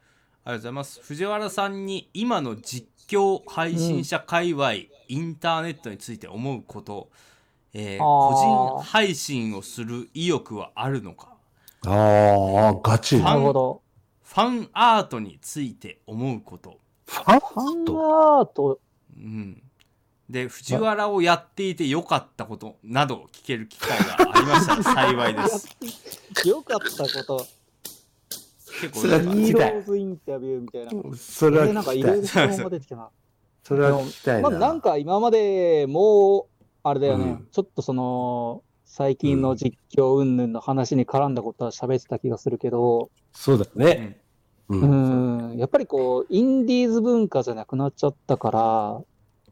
[SPEAKER 4] うございます藤原さんに今の実況配信者界隈、インターネットについて思うこと、えー
[SPEAKER 5] あー
[SPEAKER 4] 個人配信をする意欲はあるのか
[SPEAKER 6] ああ、ガチね。
[SPEAKER 5] な
[SPEAKER 4] あ
[SPEAKER 5] るほど。
[SPEAKER 4] ファンアートについて思うこと、
[SPEAKER 6] ファ
[SPEAKER 5] ファン
[SPEAKER 6] ンと。
[SPEAKER 5] アート、
[SPEAKER 4] うん、で藤原をやっていて良かったことなどを聞ける機会がありましたら幸い です
[SPEAKER 5] 良かったこと、
[SPEAKER 4] 結構
[SPEAKER 6] それは
[SPEAKER 4] なんか
[SPEAKER 6] 聞
[SPEAKER 5] ヒ
[SPEAKER 6] き
[SPEAKER 5] ー
[SPEAKER 6] た
[SPEAKER 5] ロー
[SPEAKER 6] い。
[SPEAKER 5] ズインタビューみたいな。
[SPEAKER 6] それは
[SPEAKER 5] なんか
[SPEAKER 6] 聞
[SPEAKER 5] い
[SPEAKER 6] き
[SPEAKER 5] ろ
[SPEAKER 6] た
[SPEAKER 5] いろ
[SPEAKER 6] い。
[SPEAKER 5] 質問が出てきたな。
[SPEAKER 6] それは聞きたい
[SPEAKER 5] ま
[SPEAKER 6] な。
[SPEAKER 5] ずなんか今までもう、あれだよね、
[SPEAKER 6] うん
[SPEAKER 5] ちょっとその、最近の実況云々の話に絡んだことは喋ってた気がするけど、
[SPEAKER 6] そうだね。う。
[SPEAKER 5] うんん、やっぱりこう、インディーズ文化じゃなくなっちゃったから、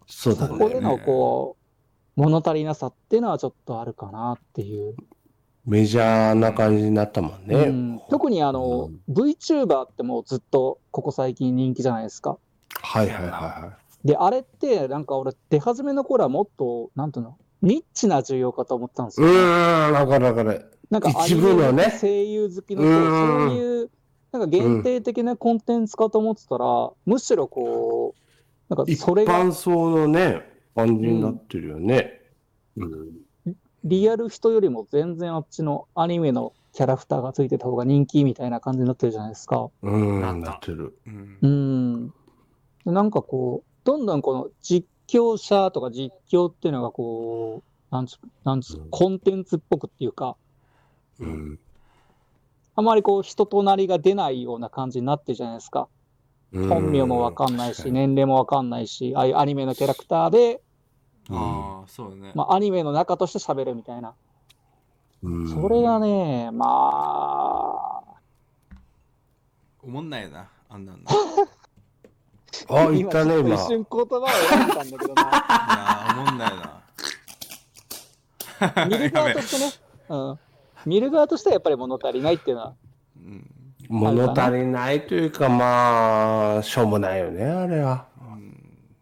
[SPEAKER 6] そう
[SPEAKER 5] そ
[SPEAKER 6] だ
[SPEAKER 5] こで
[SPEAKER 6] ね。
[SPEAKER 5] のこう、物足りなさっていうのはちょっとあるかなっていう。
[SPEAKER 6] メジャーな感じになったもん
[SPEAKER 5] う
[SPEAKER 6] ね。
[SPEAKER 5] ん、特にあの、VTuber ってもうずっとここ最近人気じゃないですか。
[SPEAKER 6] はいはいはいは
[SPEAKER 5] で、あれってなんか俺出始めの頃はもっと、なんていうの、ニッチな需要かと思ったんです
[SPEAKER 6] い。う
[SPEAKER 5] よ。
[SPEAKER 6] ーん、わかるわかる。
[SPEAKER 5] なんかア
[SPEAKER 6] 一
[SPEAKER 5] ニ
[SPEAKER 6] 部のね
[SPEAKER 5] メ好き声優好きの
[SPEAKER 6] う
[SPEAKER 5] 人、
[SPEAKER 6] ん
[SPEAKER 5] そういう、なんか限定的なコンテンツかと思ってたら、むしろこう、なんか
[SPEAKER 6] 一
[SPEAKER 5] それが
[SPEAKER 6] 般層のね、感じになってるよね。うん。
[SPEAKER 5] リアル人よりも全然あっちのアニメのキャラクターがついてた方が人気みたいな感じになってるじゃないですか。
[SPEAKER 6] うん、なってる。
[SPEAKER 4] うん
[SPEAKER 5] うん。でなんかこう、どんどんこの実況者とか実況っていうのがこう、なんつう、なんつう、コンテンツっぽくっていうか、
[SPEAKER 6] うん。
[SPEAKER 5] あまりこう人となりが出ないような感じになってるじゃないですか。本名もわかんないし、
[SPEAKER 6] うん
[SPEAKER 5] 年齢もわかんないし、ああいうアニメのキャラクターで、
[SPEAKER 4] ああそうだね、
[SPEAKER 5] まあ、アニメの中として喋るみたいな。
[SPEAKER 6] うん。
[SPEAKER 5] それがね、まあ、
[SPEAKER 4] おもんないよなあんなんのい
[SPEAKER 6] あ、言ったね、
[SPEAKER 5] 今
[SPEAKER 6] 今
[SPEAKER 5] ちょっ。と一瞬言葉を選んだんだけ どな、
[SPEAKER 4] やーおもんないな
[SPEAKER 5] 見る側としてね、うん、見る側としてはやっぱり物足りないっていうのは、
[SPEAKER 4] うん
[SPEAKER 6] 物足りないというか、まあ、しょうもないよね、あれ は。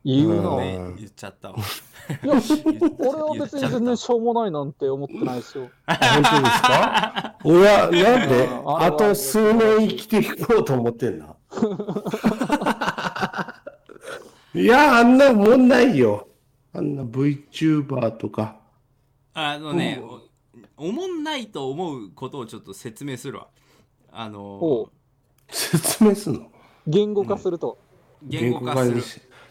[SPEAKER 5] 言う
[SPEAKER 6] うん
[SPEAKER 5] の。
[SPEAKER 4] ね言っちゃったわ
[SPEAKER 5] いや、 俺は別に全然しょうもないなんて思ってないですよ。
[SPEAKER 6] 本当ですか俺は、なんで、
[SPEAKER 5] ああ
[SPEAKER 6] あと数年生きていこうと思ってんな。 いや、あんなもんないよ。あんな VTuber とか。
[SPEAKER 4] あのね、おおもんないと思うことをちょっと説明するわあの
[SPEAKER 5] おう
[SPEAKER 6] 説明すんの
[SPEAKER 5] 言語化すると。
[SPEAKER 4] 言語化する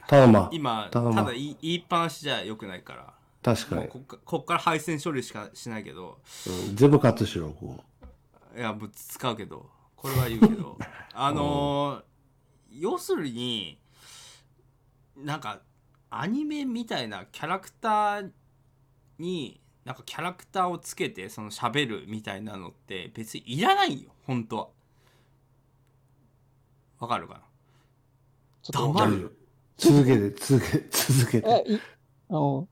[SPEAKER 6] ただま
[SPEAKER 4] 今た
[SPEAKER 6] 頼む
[SPEAKER 4] だ言い言いっぱなしじゃよくないから
[SPEAKER 6] 確か
[SPEAKER 4] も
[SPEAKER 6] に
[SPEAKER 4] う。こっかこっから配線処理しかしないけど
[SPEAKER 6] うん全部カットしろ、こ
[SPEAKER 4] いやもう使うけどこれは言うけどあのー要するになんかアニメみたいなキャラクターになんかキャラクターをつけてその喋るみたいなのって別にいらないよ本当はわかるかな
[SPEAKER 5] ちょっ
[SPEAKER 6] う。
[SPEAKER 4] 黙るよ
[SPEAKER 6] 続けて、続けて、続け
[SPEAKER 5] と。え
[SPEAKER 6] て。、
[SPEAKER 5] い、あの、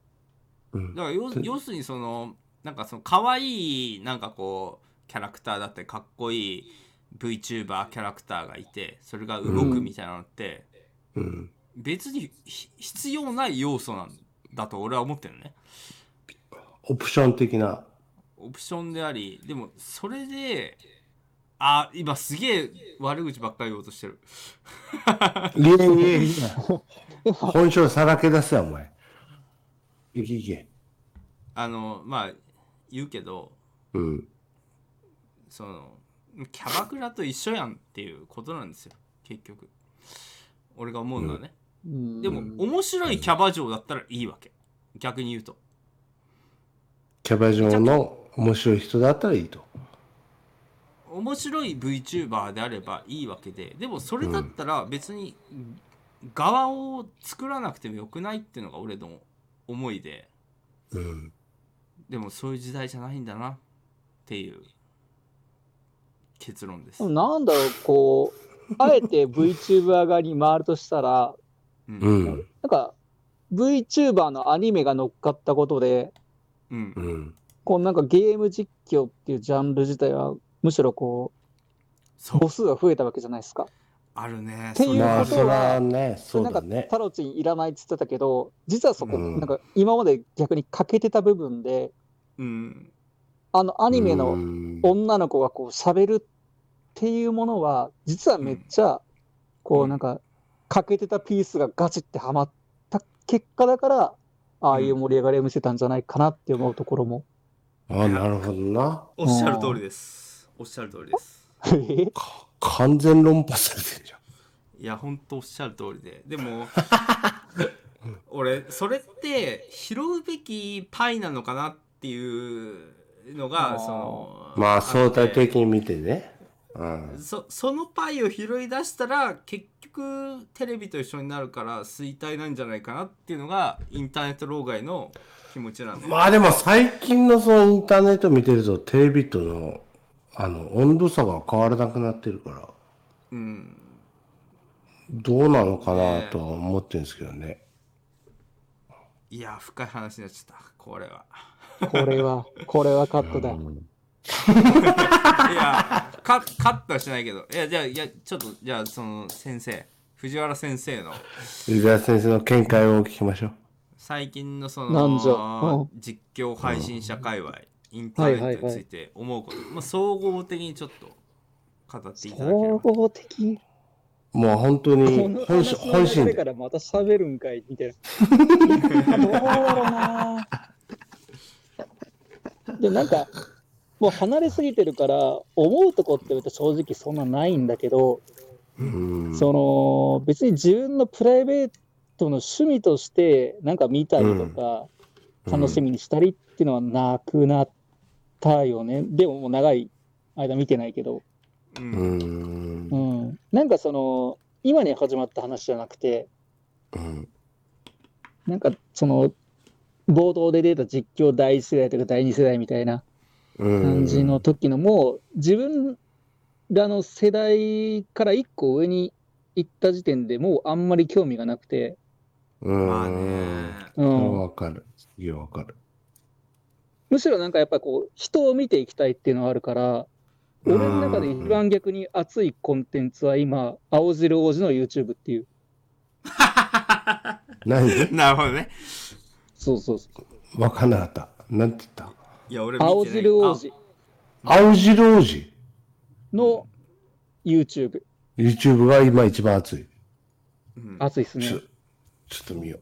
[SPEAKER 6] うん
[SPEAKER 4] だから要要するにそのなんかその可愛いなんかこうキャラクターだったりかっこいい VTuber キャラクターがいてそれが動くみたいなのって、
[SPEAKER 6] うん。
[SPEAKER 4] 別にひ必要ない要素なんだと俺は思ってるね
[SPEAKER 6] オプション的な。
[SPEAKER 4] オプションでありでもそれであ今すげえ悪口ばっかり言おうとしてる
[SPEAKER 6] いえいえいえ。本性さらけ出せよ、お前。いけいけ。
[SPEAKER 4] あのまあ言うけど
[SPEAKER 6] うん。
[SPEAKER 4] そのキャバクラと一緒やんっていうことなんですよ結局俺が思うのはね、
[SPEAKER 5] うん
[SPEAKER 4] でも面白いキャバ嬢だったらいいわけ逆に言うと
[SPEAKER 6] キャバ嬢の面白い人だったらいいと。
[SPEAKER 4] 面白い VTuber であればいいわけででもそれだったら別に側を作らなくてもよくないっていうのが俺の思いで
[SPEAKER 6] うん。
[SPEAKER 4] でもそういう時代じゃないんだなっていう結論です、
[SPEAKER 5] でもなんだろう、こう、あえて VTuber 側に回るとしたら、
[SPEAKER 4] うん
[SPEAKER 6] う
[SPEAKER 4] うん
[SPEAKER 6] ん。
[SPEAKER 5] なんか VTuber のアニメが乗っかったことで、
[SPEAKER 6] うん。
[SPEAKER 5] こうなんかゲーム実況っていうジャンル自体は、むしろこ、
[SPEAKER 4] そうう
[SPEAKER 5] 母数が増えたわけじゃないですか。
[SPEAKER 4] あるね
[SPEAKER 5] っていう
[SPEAKER 4] れ
[SPEAKER 6] まあ、
[SPEAKER 5] こ
[SPEAKER 6] そ
[SPEAKER 5] と
[SPEAKER 6] ら
[SPEAKER 5] は
[SPEAKER 6] ね、そうだ
[SPEAKER 5] なん
[SPEAKER 6] ね
[SPEAKER 5] か。タロチンいらないって言ってたけど、実はそこ、
[SPEAKER 6] うん
[SPEAKER 5] なんか今まで逆に欠けてた部分で、
[SPEAKER 4] うん
[SPEAKER 5] あのア
[SPEAKER 6] ア
[SPEAKER 5] ニメの女の子がこう喋るっていうものは実はめっちゃこ
[SPEAKER 4] う
[SPEAKER 5] うんなんか欠けてたピースがガチってはまった結果だからああいう盛り上がりを見せたんじゃないかなって思うところも。
[SPEAKER 6] あ、なるほどな。
[SPEAKER 4] おっしゃる通りですおっしゃる通りです
[SPEAKER 5] え
[SPEAKER 6] か完全論破されてるじゃん。
[SPEAKER 4] いやほんとおっしゃる通りででも俺それって拾うべきパイなのかなっていうの
[SPEAKER 5] あ
[SPEAKER 4] が
[SPEAKER 5] ー
[SPEAKER 4] その
[SPEAKER 6] まあ、相対
[SPEAKER 4] って
[SPEAKER 6] 的に見てね。うん。
[SPEAKER 4] そそのパイを拾い出したら結局テレビと一緒になるから衰退なんじゃないかなっていうのがインターネット老害の気持ちなんで、
[SPEAKER 6] まあでも最近のそのインターネット見てるとテレビとのあの温度差が変わらなくなってるから
[SPEAKER 4] うん、
[SPEAKER 6] どうなのかなとは思ってるんですけどね。
[SPEAKER 4] いや深い話になっちゃったこれは
[SPEAKER 5] これはこれはカットだ。
[SPEAKER 4] いやカカットはしないけどいやじゃあいやちょっとじゃあその先生藤原先生の
[SPEAKER 6] 伊沢先生の見解を聞きましょう。
[SPEAKER 4] 最近のそ
[SPEAKER 5] なんじゃう
[SPEAKER 4] の実況配信者界隈、インターネットについて思うこと、まあ、総合的にちょっと語っていただけれ
[SPEAKER 5] 総
[SPEAKER 4] ば
[SPEAKER 5] 合的
[SPEAKER 6] もう本当
[SPEAKER 5] こ
[SPEAKER 6] に
[SPEAKER 5] の
[SPEAKER 6] 本心
[SPEAKER 5] 話の
[SPEAKER 6] 本
[SPEAKER 5] 流
[SPEAKER 6] 心
[SPEAKER 5] れ
[SPEAKER 6] で
[SPEAKER 5] からまた喋るんかいみたいな。 どうだろうな。でなんかもう離れすぎてるから思うとこって別に正直そんなないんだけど、
[SPEAKER 6] うん
[SPEAKER 5] その別に自分のプライベートの趣味としてなんか見たりとか、
[SPEAKER 6] うん
[SPEAKER 5] 楽しみにしたりっていうのはなくなったよねでももう長い間見てないけど、
[SPEAKER 4] う
[SPEAKER 6] うんん
[SPEAKER 5] う。ん、なんかその今に始まった話じゃなくて
[SPEAKER 6] うん
[SPEAKER 5] なんかその冒頭で出た実況第一世代とか第二世代みたいな
[SPEAKER 6] うん
[SPEAKER 5] 感じの時のもう自分らの世代から一個上に行った時点でもうあんまり興味がなくて、
[SPEAKER 6] うん
[SPEAKER 4] まあね
[SPEAKER 5] うん、
[SPEAKER 6] わかる。すげえわかる。
[SPEAKER 5] むしろなんかやっぱこう人を見ていきたいっていうのはあるから俺の中で一番逆に熱いコンテンツは今青汁王子の YouTube っていう
[SPEAKER 6] 何
[SPEAKER 4] なるほどね
[SPEAKER 5] そうそうそう
[SPEAKER 6] わかんなかった。なんて言っ
[SPEAKER 4] いや俺見てない
[SPEAKER 5] 青汁王子
[SPEAKER 6] た青白王子。
[SPEAKER 5] の YouTube
[SPEAKER 6] YouTube が今一番熱い。
[SPEAKER 4] うん
[SPEAKER 5] 熱いっすね
[SPEAKER 6] ちょちょっと見よ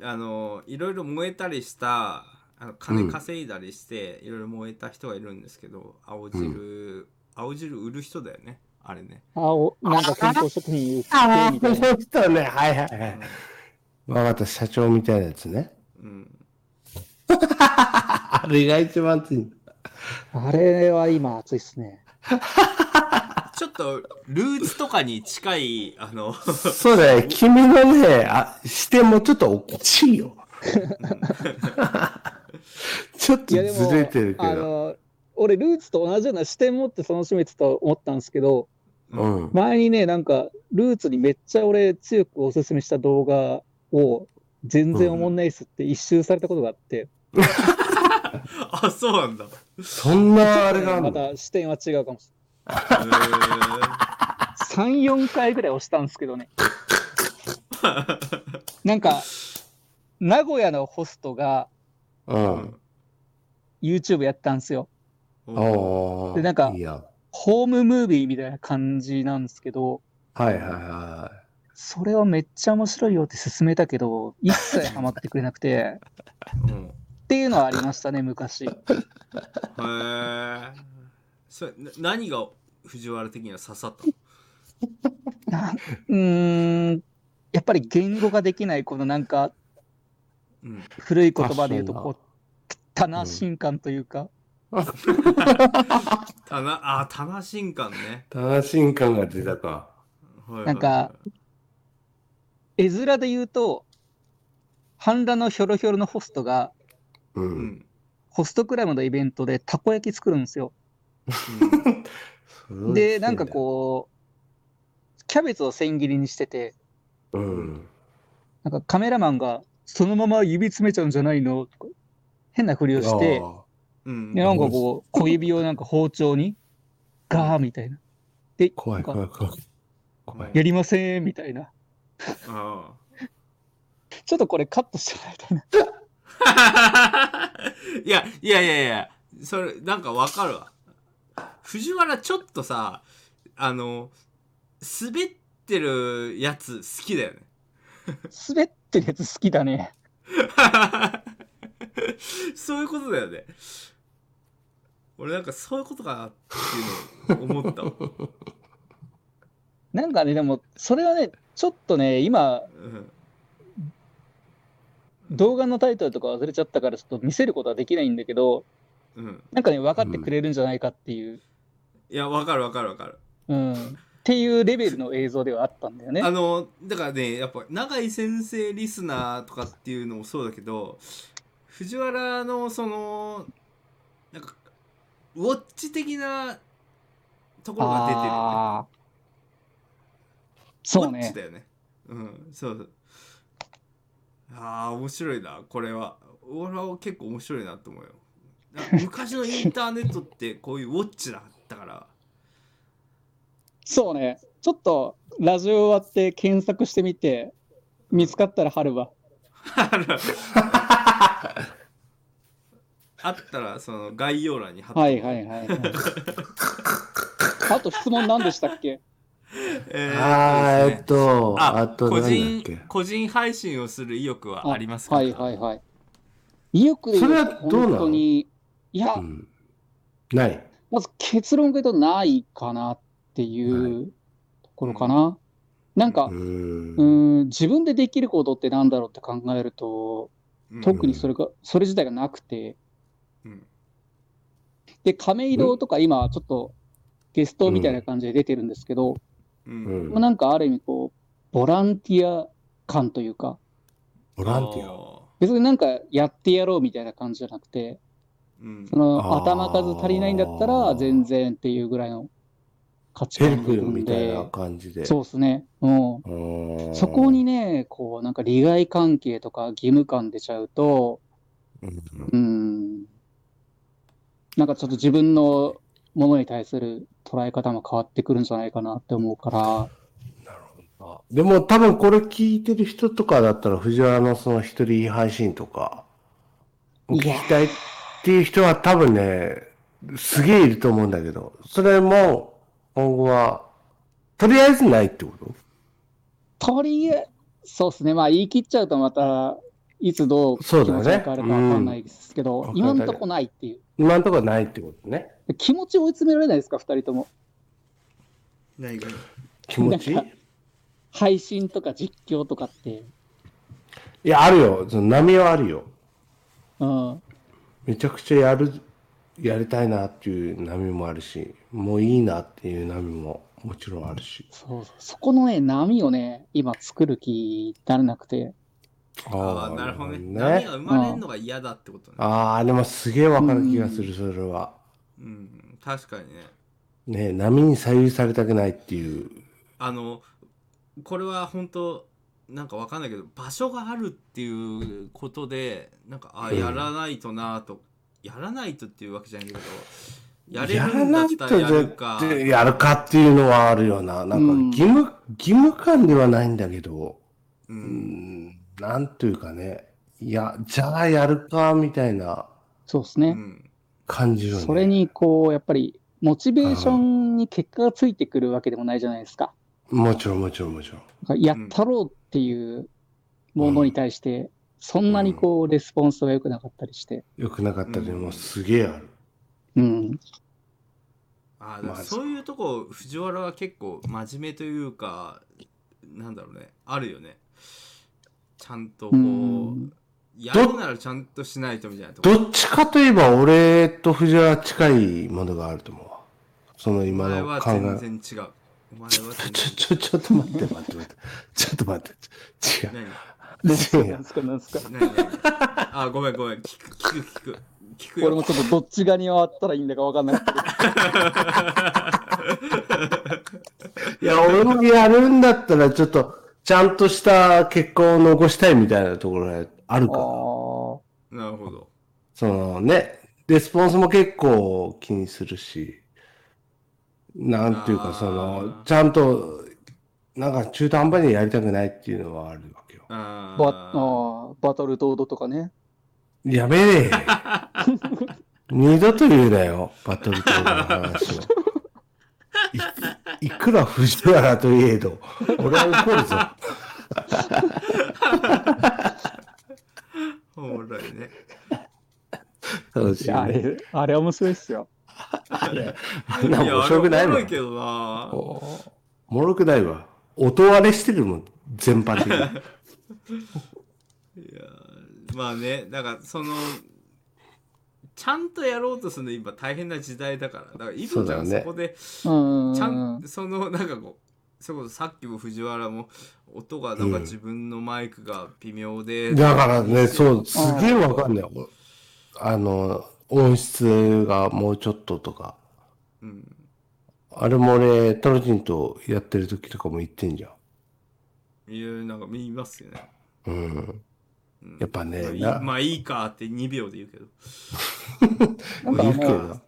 [SPEAKER 4] あのいろいろ燃えたりしたあの金稼いだりして、いろいろ燃えた人がいるんですけど青汁、青汁売る人だよねあれね
[SPEAKER 5] 青なんか健康食品売って
[SPEAKER 6] う。
[SPEAKER 5] み
[SPEAKER 6] そ
[SPEAKER 5] た
[SPEAKER 6] う
[SPEAKER 5] い
[SPEAKER 6] いう人ね。
[SPEAKER 5] な
[SPEAKER 6] はいはいはい。わかった、社長みたいなやつね。
[SPEAKER 4] うん
[SPEAKER 6] あれが一番熱い。
[SPEAKER 5] あれは今熱いっすね
[SPEAKER 4] ちょっとルーツとかに近いあの
[SPEAKER 6] そうだね。君のね、あ視点もちょっとおかしいよ。 ちょっと
[SPEAKER 5] い
[SPEAKER 6] ず
[SPEAKER 5] やでも
[SPEAKER 6] れてるけ
[SPEAKER 5] あ
[SPEAKER 6] ど。
[SPEAKER 5] の俺ルーツと同じような視点持って楽しめてたと思ったんですけど
[SPEAKER 6] うん。
[SPEAKER 5] 前にねなんかルーツにめっちゃ俺強くおすすめした動画を全然おもんないっすって一周されたことがあって、
[SPEAKER 4] あそうなんだ、
[SPEAKER 6] そんなあれがある
[SPEAKER 5] ま
[SPEAKER 6] の
[SPEAKER 5] た視点は違うかもし
[SPEAKER 4] へー
[SPEAKER 5] れない34回ぐらい押したんですけどねなんか、名古屋のホストが
[SPEAKER 6] うん。
[SPEAKER 5] YouTube やったんですよ。
[SPEAKER 4] おー
[SPEAKER 6] ああ。
[SPEAKER 5] でなんか
[SPEAKER 6] いいや。
[SPEAKER 5] ホームムービーみたいな感じなんですけど、
[SPEAKER 6] はいはいは
[SPEAKER 5] それはめっちゃ面白いよって勧めたけど、一切ハマってくれなくて、
[SPEAKER 4] うん
[SPEAKER 5] っていうのはありましたね、昔。
[SPEAKER 4] へえ。それな何が藤原的には刺さったの
[SPEAKER 5] なうーん、やっぱり言語ができない、このなんか
[SPEAKER 4] うん。
[SPEAKER 5] 古い言葉で言うと、
[SPEAKER 6] あそう
[SPEAKER 5] こ
[SPEAKER 6] な
[SPEAKER 5] う、棚新感というか、
[SPEAKER 4] 棚、あ、棚新感ね。
[SPEAKER 6] い。正しい感が出たか。
[SPEAKER 4] はいはいはい
[SPEAKER 5] なんか、絵面で言うと、半裸のひょろひょろのホストが、
[SPEAKER 6] う。
[SPEAKER 4] うんん。
[SPEAKER 5] ホストクラブのイベントでたこ焼き作るんですよ。
[SPEAKER 6] それを
[SPEAKER 5] で、なんかこう、キャベツを千切りにしてて、
[SPEAKER 6] う。うん。
[SPEAKER 5] なんかカメラマンが、そのまま指詰めちゃうんじゃないのとか変なふりをして
[SPEAKER 6] あ、あ
[SPEAKER 4] うん。
[SPEAKER 5] でなんかこう、小指をなんか包丁に、ガーみたいな。で、
[SPEAKER 6] 怖い
[SPEAKER 5] なんか
[SPEAKER 6] 怖い怖い。怖い。
[SPEAKER 5] やりませんみたいな。
[SPEAKER 4] あ
[SPEAKER 5] ちょっとこれカットしてもらいたいな。
[SPEAKER 4] あ いや、いやいやいや、それ、なんかわかるわ。藤原ちょっとさ、あの、滑ってるやつ好きだよね。
[SPEAKER 5] 滑ってるやつ好きだね。
[SPEAKER 4] そういうことだよね。俺なんかそういうことかなっていうのを思ったわ。
[SPEAKER 5] なんかね、でも、それはね、ちょっとね、今、
[SPEAKER 4] うん
[SPEAKER 5] 動画のタイトルとか忘れちゃったから、ちょっと見せることはできないんだけど、
[SPEAKER 4] うん、
[SPEAKER 5] なんかね、分かってくれるんじゃないかっていう、
[SPEAKER 4] いやわかるわかるわかる。
[SPEAKER 5] うん、っていうレベルの映像ではあったんだよね
[SPEAKER 4] あ。のだからねやっぱ永井先生リスナーとかっていうのもそうだけど藤原のそのなんかウォッチ的なところが出てるよね。
[SPEAKER 5] あーそう
[SPEAKER 4] ウォッチ
[SPEAKER 5] ね。
[SPEAKER 4] だよね。うんそうそう。ああ面白いなこれは。俺は結構面白いなと思うよ。なんか昔のインターネットってこういうウォッチだったから。
[SPEAKER 5] そうね。ちょっと、ラジオ終わって検索してみて、見つかったら貼るわ。
[SPEAKER 4] あったらその概要欄に貼って、
[SPEAKER 5] はいはいはい、はい。あと質問何でしたっけ
[SPEAKER 4] えー
[SPEAKER 6] あーえっと、
[SPEAKER 4] あ
[SPEAKER 6] あと
[SPEAKER 4] 個
[SPEAKER 6] なんだっ
[SPEAKER 4] 人
[SPEAKER 6] け。
[SPEAKER 4] 個人配信をする意欲はありますか
[SPEAKER 5] はいはいはい。意欲で言うと
[SPEAKER 6] それはどうなの
[SPEAKER 5] 本当に、いや、
[SPEAKER 6] うん。ない。
[SPEAKER 5] まず結論が言うとないかなっていうところかな。なんか、
[SPEAKER 6] う
[SPEAKER 5] うんー。ん、自分でできることってなんだろうって考えると、
[SPEAKER 4] うん
[SPEAKER 5] 特にそれが、それ自体がなくて、
[SPEAKER 4] うん
[SPEAKER 5] で、亀戸とか今ちょっとゲストみたいな感じで出てるんですけど、
[SPEAKER 4] う
[SPEAKER 6] うんん
[SPEAKER 5] もうなんかある意味こう、ボランティア感というか、
[SPEAKER 6] ボランティア。
[SPEAKER 5] 別になんかやってやろうみたいな感じじゃなくて、
[SPEAKER 4] うん
[SPEAKER 5] その
[SPEAKER 6] あー
[SPEAKER 5] 頭数足りないんだったら全然っていうぐらいの価値
[SPEAKER 6] ヘル
[SPEAKER 5] 観
[SPEAKER 6] プ
[SPEAKER 5] でいくん
[SPEAKER 6] みたい
[SPEAKER 5] で
[SPEAKER 6] な、感じで。
[SPEAKER 5] そうですね。うん。
[SPEAKER 6] うん
[SPEAKER 5] そこにね、こう、なんか利害関係とか義務感出ちゃうと、
[SPEAKER 6] うん
[SPEAKER 5] うん、なんかちょっと自分のものに対する捉え方も変わってくるんじゃないかなって思うから、
[SPEAKER 6] あでも多分これ聞いてる人とかだったら藤原のその一人配信とか聞
[SPEAKER 5] い
[SPEAKER 6] き
[SPEAKER 5] や
[SPEAKER 6] たいっていう人は多分ね、すげえいると思うんだけど、それも今後はとりあえずないってこと
[SPEAKER 5] とりあえず、そうですね、まあ言い切っちゃうとまた、いつどう気
[SPEAKER 6] そ
[SPEAKER 5] 持
[SPEAKER 6] う
[SPEAKER 5] ち
[SPEAKER 6] だ
[SPEAKER 5] が
[SPEAKER 6] ね
[SPEAKER 5] 変わるか分かんないですけ
[SPEAKER 6] うん
[SPEAKER 5] ど
[SPEAKER 6] わ、かんな
[SPEAKER 5] 今
[SPEAKER 6] い
[SPEAKER 5] んとこないっていう。
[SPEAKER 6] 今のところないってことね。
[SPEAKER 5] 気持ち追い詰められないですか、2人とも。
[SPEAKER 4] 何が
[SPEAKER 6] 気持ちい
[SPEAKER 5] なんか配信とか実況とかって。
[SPEAKER 6] いや、あるよ。その波はあるよ。
[SPEAKER 5] うん。
[SPEAKER 6] めちゃくちゃやる、やりたいなっていう波もあるし、もういいなっていう波ももちろんあるし。
[SPEAKER 5] そうそう。そこのね、波をね、今作る気にならなくて。
[SPEAKER 4] ああなるほどね
[SPEAKER 6] ね
[SPEAKER 4] 波が生まれるのが嫌だってことね
[SPEAKER 6] ああ、でもすげえわかる気がする、それは。
[SPEAKER 4] うん確かにね
[SPEAKER 6] ね波に左右されたくないっていう。
[SPEAKER 4] あのこれは本当なんかわかんないけど場所があるっていうことでなんかあ
[SPEAKER 6] うん
[SPEAKER 4] やらないとなと、やらないとっていうわけじゃないけどやれ
[SPEAKER 6] や
[SPEAKER 4] る
[SPEAKER 6] ら
[SPEAKER 4] んだ
[SPEAKER 6] な
[SPEAKER 4] っ
[SPEAKER 6] い
[SPEAKER 4] た
[SPEAKER 6] と
[SPEAKER 4] らやるか
[SPEAKER 6] でやるかっていうのはあるよな。なんか
[SPEAKER 5] うん
[SPEAKER 6] 義務、義務感ではないんだけど、
[SPEAKER 2] う。
[SPEAKER 6] うんん、なんというかね、いや、じゃあやるか、みたいな
[SPEAKER 5] そうです
[SPEAKER 2] う
[SPEAKER 5] ね。
[SPEAKER 2] ん。
[SPEAKER 6] 感じよね。
[SPEAKER 5] それに、こう、やっぱり、モチベーションに結果がついてくるわけでもないじゃないですか。
[SPEAKER 6] もちろん、もちろん、もちろん。
[SPEAKER 5] なんかやったろうっていうものに対して、そんなにこう、レスポンスが良くなかったりして。
[SPEAKER 6] 良くなかったり
[SPEAKER 2] うん
[SPEAKER 6] もうすげえある。
[SPEAKER 5] うん。
[SPEAKER 2] ああ、だか
[SPEAKER 6] ま
[SPEAKER 2] ら
[SPEAKER 6] あ
[SPEAKER 2] そういうとこ、藤原は結構真面目というか、なんだろうね、あるよね。ちゃんとこ
[SPEAKER 5] う
[SPEAKER 2] う、
[SPEAKER 5] ん
[SPEAKER 2] やるならちゃんとしないとみたいなとこ。
[SPEAKER 6] どっちかといえば、俺と藤原は近いものがあると思うわ。その
[SPEAKER 2] お
[SPEAKER 6] 今
[SPEAKER 2] 前
[SPEAKER 6] の
[SPEAKER 2] は
[SPEAKER 6] 考え。
[SPEAKER 2] 全然違う。お前は
[SPEAKER 6] ちょ、ちょ、
[SPEAKER 2] 全然
[SPEAKER 6] ちょ、ちょ、ちょっと待って、待って、待って。ちょっと待って。ち違う。
[SPEAKER 2] 違う。
[SPEAKER 6] 違う
[SPEAKER 5] なんすか、なんすか。
[SPEAKER 2] 何何何あ、ごめんごめん。聞く、聞く、聞く。聞く
[SPEAKER 5] 俺
[SPEAKER 2] よ
[SPEAKER 5] も。ちょっとどっち側に回ったらいいんだか分かん ない。
[SPEAKER 6] いや、俺もやるんだったら、ちょっと、ちゃんとした結果を残したいみたいなところがある
[SPEAKER 5] あ
[SPEAKER 6] から。
[SPEAKER 5] ー
[SPEAKER 2] なるほど。
[SPEAKER 6] そのね、レスポンスも結構気にするし、なんていう
[SPEAKER 2] あ
[SPEAKER 6] か
[SPEAKER 2] ー
[SPEAKER 6] その、ちゃんと、なんか中途半端にやりたくないっていうのはあるわけよ。
[SPEAKER 2] あ
[SPEAKER 5] バ
[SPEAKER 2] ー
[SPEAKER 5] あーバトルドードとかね。
[SPEAKER 6] やめねえ二度と言うなよ、バトルトークの話を。いいくら藤原といえど、俺は怒るぞ。
[SPEAKER 2] おもろいね。
[SPEAKER 6] 楽
[SPEAKER 5] い
[SPEAKER 6] しい
[SPEAKER 5] や、あ
[SPEAKER 6] ね。
[SPEAKER 5] れ、あれ面白いっすよ。
[SPEAKER 6] あれ、あんな面白くない
[SPEAKER 2] やあれお
[SPEAKER 6] も
[SPEAKER 2] もろい
[SPEAKER 6] ん。
[SPEAKER 2] けどな。
[SPEAKER 6] おもろくないわ。音割れしてるもん、全般的に。
[SPEAKER 2] いやーまあね、だからその、ちゃんとやろうとするの今大変な時代だから。だから、イブちゃん
[SPEAKER 6] そうだ
[SPEAKER 2] が
[SPEAKER 6] ね
[SPEAKER 2] そこで、
[SPEAKER 5] うん。
[SPEAKER 2] ちゃん、その、なんかこう、それこそさっきも藤原も、音がなんか自分のマイクが微妙で。。
[SPEAKER 6] だからね、そうう、すげえわかんない。おあの、音質がもうちょっととか。
[SPEAKER 2] うん。
[SPEAKER 6] あれも俺、タロチンとやってる時とかも言ってんじゃん。
[SPEAKER 2] いや、なんか見ますよね。
[SPEAKER 6] うん。
[SPEAKER 2] うん
[SPEAKER 6] やっぱね
[SPEAKER 2] まあいい
[SPEAKER 6] な
[SPEAKER 2] まあいいかって2秒で言うけど。
[SPEAKER 5] なんか
[SPEAKER 6] 言うけ
[SPEAKER 5] も
[SPEAKER 6] ど
[SPEAKER 5] う、
[SPEAKER 6] な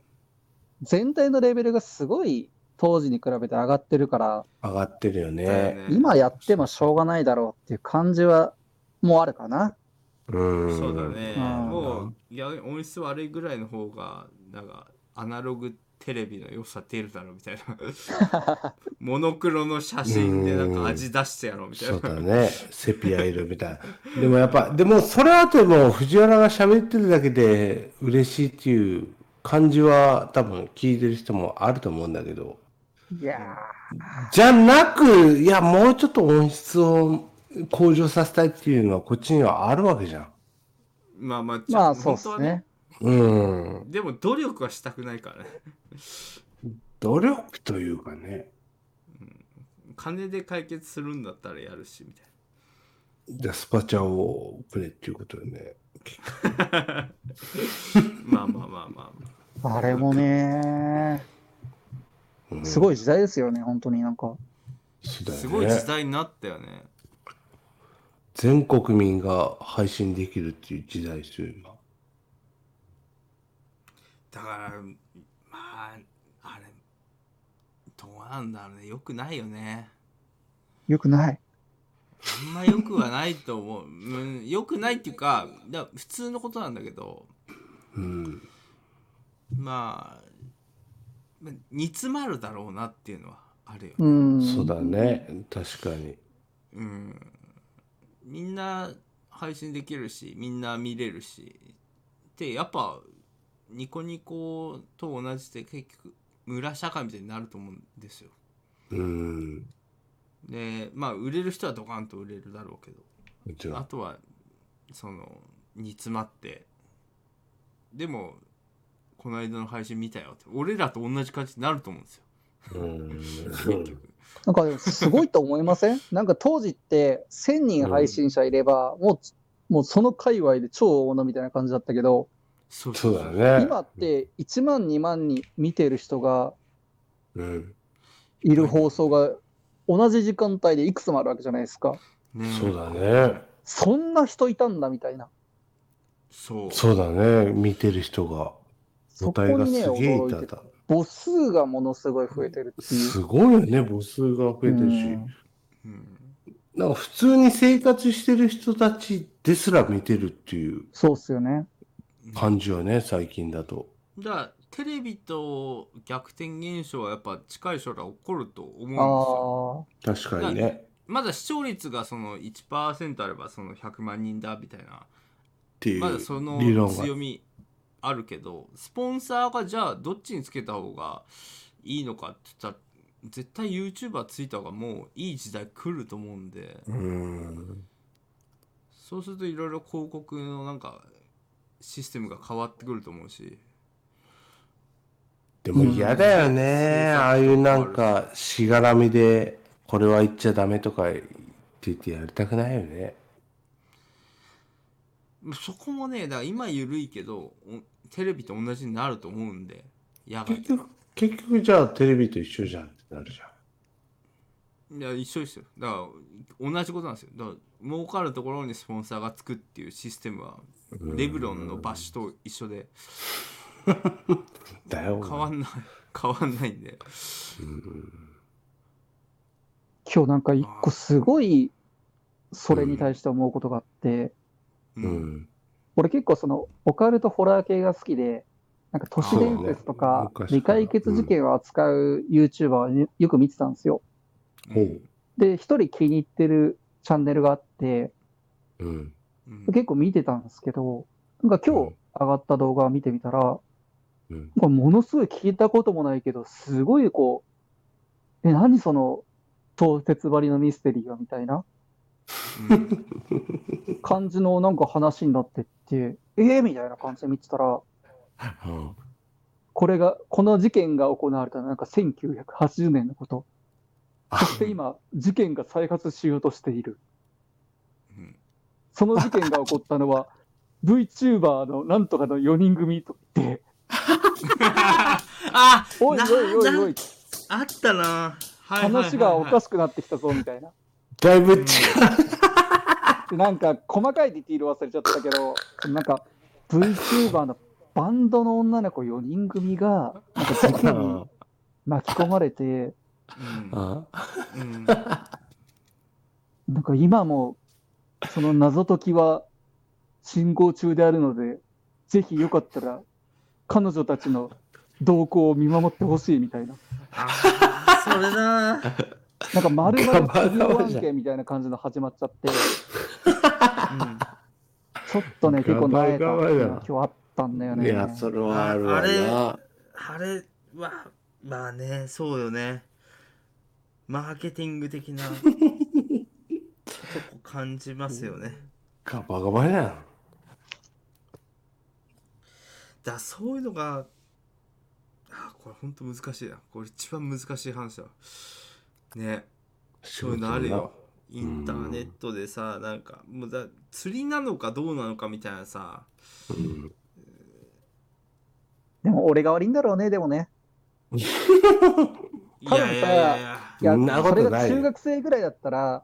[SPEAKER 5] 全体のレベルがすごい当時に比べて上がってるから、
[SPEAKER 6] 上がってるよ
[SPEAKER 2] だよ
[SPEAKER 6] ね。
[SPEAKER 2] ね
[SPEAKER 5] 今やってもしょうがないだろうっていう感じは、もうあるかな。
[SPEAKER 6] うん。
[SPEAKER 2] そうだね。
[SPEAKER 5] うん
[SPEAKER 2] もう、いや、音質悪いぐらいの方が、なんか、アナログテレビの良さ出るだろうみたいな。 モノクロの写真で、なんか味出してやろうみたい
[SPEAKER 6] そ
[SPEAKER 2] な
[SPEAKER 6] う。だね。セピア色みたいな。でもやっぱ、でもそれあともう藤原が喋ってるだけで嬉しいっていう感じは多分聞いてる人もあると思うんだけど。
[SPEAKER 5] いや
[SPEAKER 6] じゃなく、いや、もうちょっと音質を向上させたいっていうのは、こっちにはあるわけじゃん。
[SPEAKER 2] まあまあ、
[SPEAKER 5] ー、まあそうっす
[SPEAKER 2] 本当は
[SPEAKER 5] ね。。
[SPEAKER 6] うん。
[SPEAKER 2] でも、努力はしたくないからね。
[SPEAKER 6] 努力というかね。
[SPEAKER 2] 金で解決するんだったらやるし、みたい
[SPEAKER 6] じゃあスパチャをくれっていうことでね。
[SPEAKER 2] な。まあまあまあまあ。
[SPEAKER 5] あれもね、
[SPEAKER 6] うん
[SPEAKER 5] すごい時代ですよね、本当になんか。
[SPEAKER 6] そうだよね
[SPEAKER 2] すごい時代になったよね。
[SPEAKER 6] 全国民が配信できるっていう時代ですよ、今。
[SPEAKER 2] だからまああれどうなんだろうねよくないよね
[SPEAKER 5] よくない。
[SPEAKER 2] あんまよくはないと思う、うん、よくないっていうかだ普通のことなんだけど
[SPEAKER 6] うん。
[SPEAKER 2] まあまあ煮詰まるだろうなっていうのはあるよ、
[SPEAKER 5] うん。
[SPEAKER 6] そうだね。確かに。
[SPEAKER 2] うん、みんな配信できるしみんな見れるしでやっぱニコニコと同じで結局村社会みたいになると思うんですよ
[SPEAKER 6] うん。
[SPEAKER 2] でまあ売れる人はドカンと売れるだろうけど
[SPEAKER 6] もちろ
[SPEAKER 2] あ
[SPEAKER 6] ん。
[SPEAKER 2] とはその煮詰まってでもこの間の配信見たよって俺らと同じ感じになると思うんですよ
[SPEAKER 6] うん。
[SPEAKER 2] 結局
[SPEAKER 5] なんかでもすごいと思いま せんなんか当時って1000人配信者いれば、もう、もうその界隈で超大物みたいな感じだったけど、
[SPEAKER 2] そう
[SPEAKER 6] そうだ
[SPEAKER 2] ね
[SPEAKER 6] ね。
[SPEAKER 5] 今って1万2万人見てる人が
[SPEAKER 6] うん。
[SPEAKER 5] いる放送が同じ時間帯でいくつもあるわけじゃないですか。
[SPEAKER 6] そうだね。
[SPEAKER 5] そんな人いたんだみたいな。
[SPEAKER 2] そう
[SPEAKER 6] そうだね。見てる人が。母
[SPEAKER 5] そこ
[SPEAKER 6] 体が
[SPEAKER 5] に
[SPEAKER 6] す
[SPEAKER 5] ね、
[SPEAKER 6] げえい
[SPEAKER 5] 驚い
[SPEAKER 6] た
[SPEAKER 5] て
[SPEAKER 6] だ
[SPEAKER 5] た。。母数がものすごい増えてるっていう。
[SPEAKER 6] すごいよね、母数が増えてるし。
[SPEAKER 5] うん
[SPEAKER 2] うん
[SPEAKER 6] なんか普通に生活してる人たちですら見てるっていう
[SPEAKER 5] そうっすよね。
[SPEAKER 6] 感じよね、最近だと。
[SPEAKER 4] だからテレビと逆転現象はやっぱ近い将来起こると思うんです
[SPEAKER 5] ああ
[SPEAKER 4] よ。
[SPEAKER 5] ー。
[SPEAKER 6] 確かにね。
[SPEAKER 4] まだ視聴率がその1%あればその100万人だみたいな
[SPEAKER 6] っていう
[SPEAKER 4] まだその
[SPEAKER 6] 理論が。
[SPEAKER 4] 強みあるけどスポンサーがじゃあどっちにつけた方がいいのかって言ったら絶対 YouTuber ついた方がもういい時代来ると思うんで
[SPEAKER 6] うーん。
[SPEAKER 4] そうするといろいろ広告のなんかシステムが変わってくると思うし
[SPEAKER 6] でも嫌だよね、
[SPEAKER 4] うん
[SPEAKER 6] ああいうなんかしがらみで、これは言っちゃダメとか言っててやりたくないよね。
[SPEAKER 4] そこもねだから今緩いけどおテレビと同じになると思うんでやが
[SPEAKER 6] 結局、結局じゃあテレビと一緒じゃんってなるじゃん。
[SPEAKER 4] いや一緒ですよだから同じことなんですよだから儲かるところにスポンサーがつくっていうシステムはレブロンのバッシュと一緒で
[SPEAKER 6] だよ。
[SPEAKER 4] 変わんない変わんないんで
[SPEAKER 5] 今日なんか一個すごいそれに対して思うことがあって、
[SPEAKER 4] う
[SPEAKER 6] うんん。
[SPEAKER 5] 俺結構そのオカルトホラー系が好きでなんか都市伝説
[SPEAKER 6] そ
[SPEAKER 5] と
[SPEAKER 6] うだね
[SPEAKER 5] か
[SPEAKER 6] 昔から
[SPEAKER 5] 未解決事件を扱う YouTuber をねよく見てたんですよ。
[SPEAKER 6] ほう。
[SPEAKER 5] で一人気に入ってるチャンネルがあって
[SPEAKER 6] うん。
[SPEAKER 4] うん
[SPEAKER 5] 結構見てたんですけどなんか今日上がった動画を見てみたらなん
[SPEAKER 6] うん。
[SPEAKER 5] かものすごい聞いたこともないけどすごいこうえ何その小説ばりのミステリーはみたいな
[SPEAKER 4] うん
[SPEAKER 5] 感じのなんか話になってって、えー、みたいな感じで見てたら、
[SPEAKER 6] うん
[SPEAKER 5] これが、この事件が行われたのはなんか1980年のこと。そして今、事件が再発しようとしている。
[SPEAKER 4] うん
[SPEAKER 5] その事件が起こったのは、VTuber のなんとかの4人組と言って、
[SPEAKER 2] あ
[SPEAKER 5] おい
[SPEAKER 2] な
[SPEAKER 5] おいおいおい、
[SPEAKER 2] あったなはいはいはいはい
[SPEAKER 5] 話がおかしくなってきたぞみたいな。
[SPEAKER 6] だいぶ違う。
[SPEAKER 5] でなんか、細かいディティール忘れちゃったけど、なんか、VTuber のバンドの女の子4人組が、なんか事件に巻き込まれて、
[SPEAKER 6] あ
[SPEAKER 4] うん
[SPEAKER 5] なんか今もその謎解きは進行中であるので、ぜひよかったら彼女たちの動向を見守ってほしいみたいな。
[SPEAKER 2] あそれだ
[SPEAKER 5] なんかまるまる企業
[SPEAKER 6] ガバガバじ
[SPEAKER 5] 案
[SPEAKER 6] ゃ
[SPEAKER 5] 件みたいな感じの始まっちゃって、
[SPEAKER 4] うん
[SPEAKER 5] ちょっとね、結構慣れたっていうのが今日あったんだよ
[SPEAKER 6] い
[SPEAKER 5] ね。
[SPEAKER 6] や、それはあるわ
[SPEAKER 2] あ
[SPEAKER 6] な。
[SPEAKER 2] あれはまあねそうよねマーケティング的なとこ感じますよね
[SPEAKER 6] ガバガバやん。
[SPEAKER 2] だそういうのがあこれほんと難しいなこれ一番難しい話だねそうなるよインターネットでさなんかもうだ釣りなのかどうなのかみたいなさ
[SPEAKER 6] 仕事にな。
[SPEAKER 5] でも俺が悪いんだろうね、でもね。
[SPEAKER 2] い
[SPEAKER 5] 多
[SPEAKER 2] や
[SPEAKER 5] 分さ
[SPEAKER 2] いやいやいや
[SPEAKER 5] いや、
[SPEAKER 6] そんなこ
[SPEAKER 5] それ
[SPEAKER 6] と
[SPEAKER 5] が
[SPEAKER 6] ないよ
[SPEAKER 5] 中学生ぐらいだったら、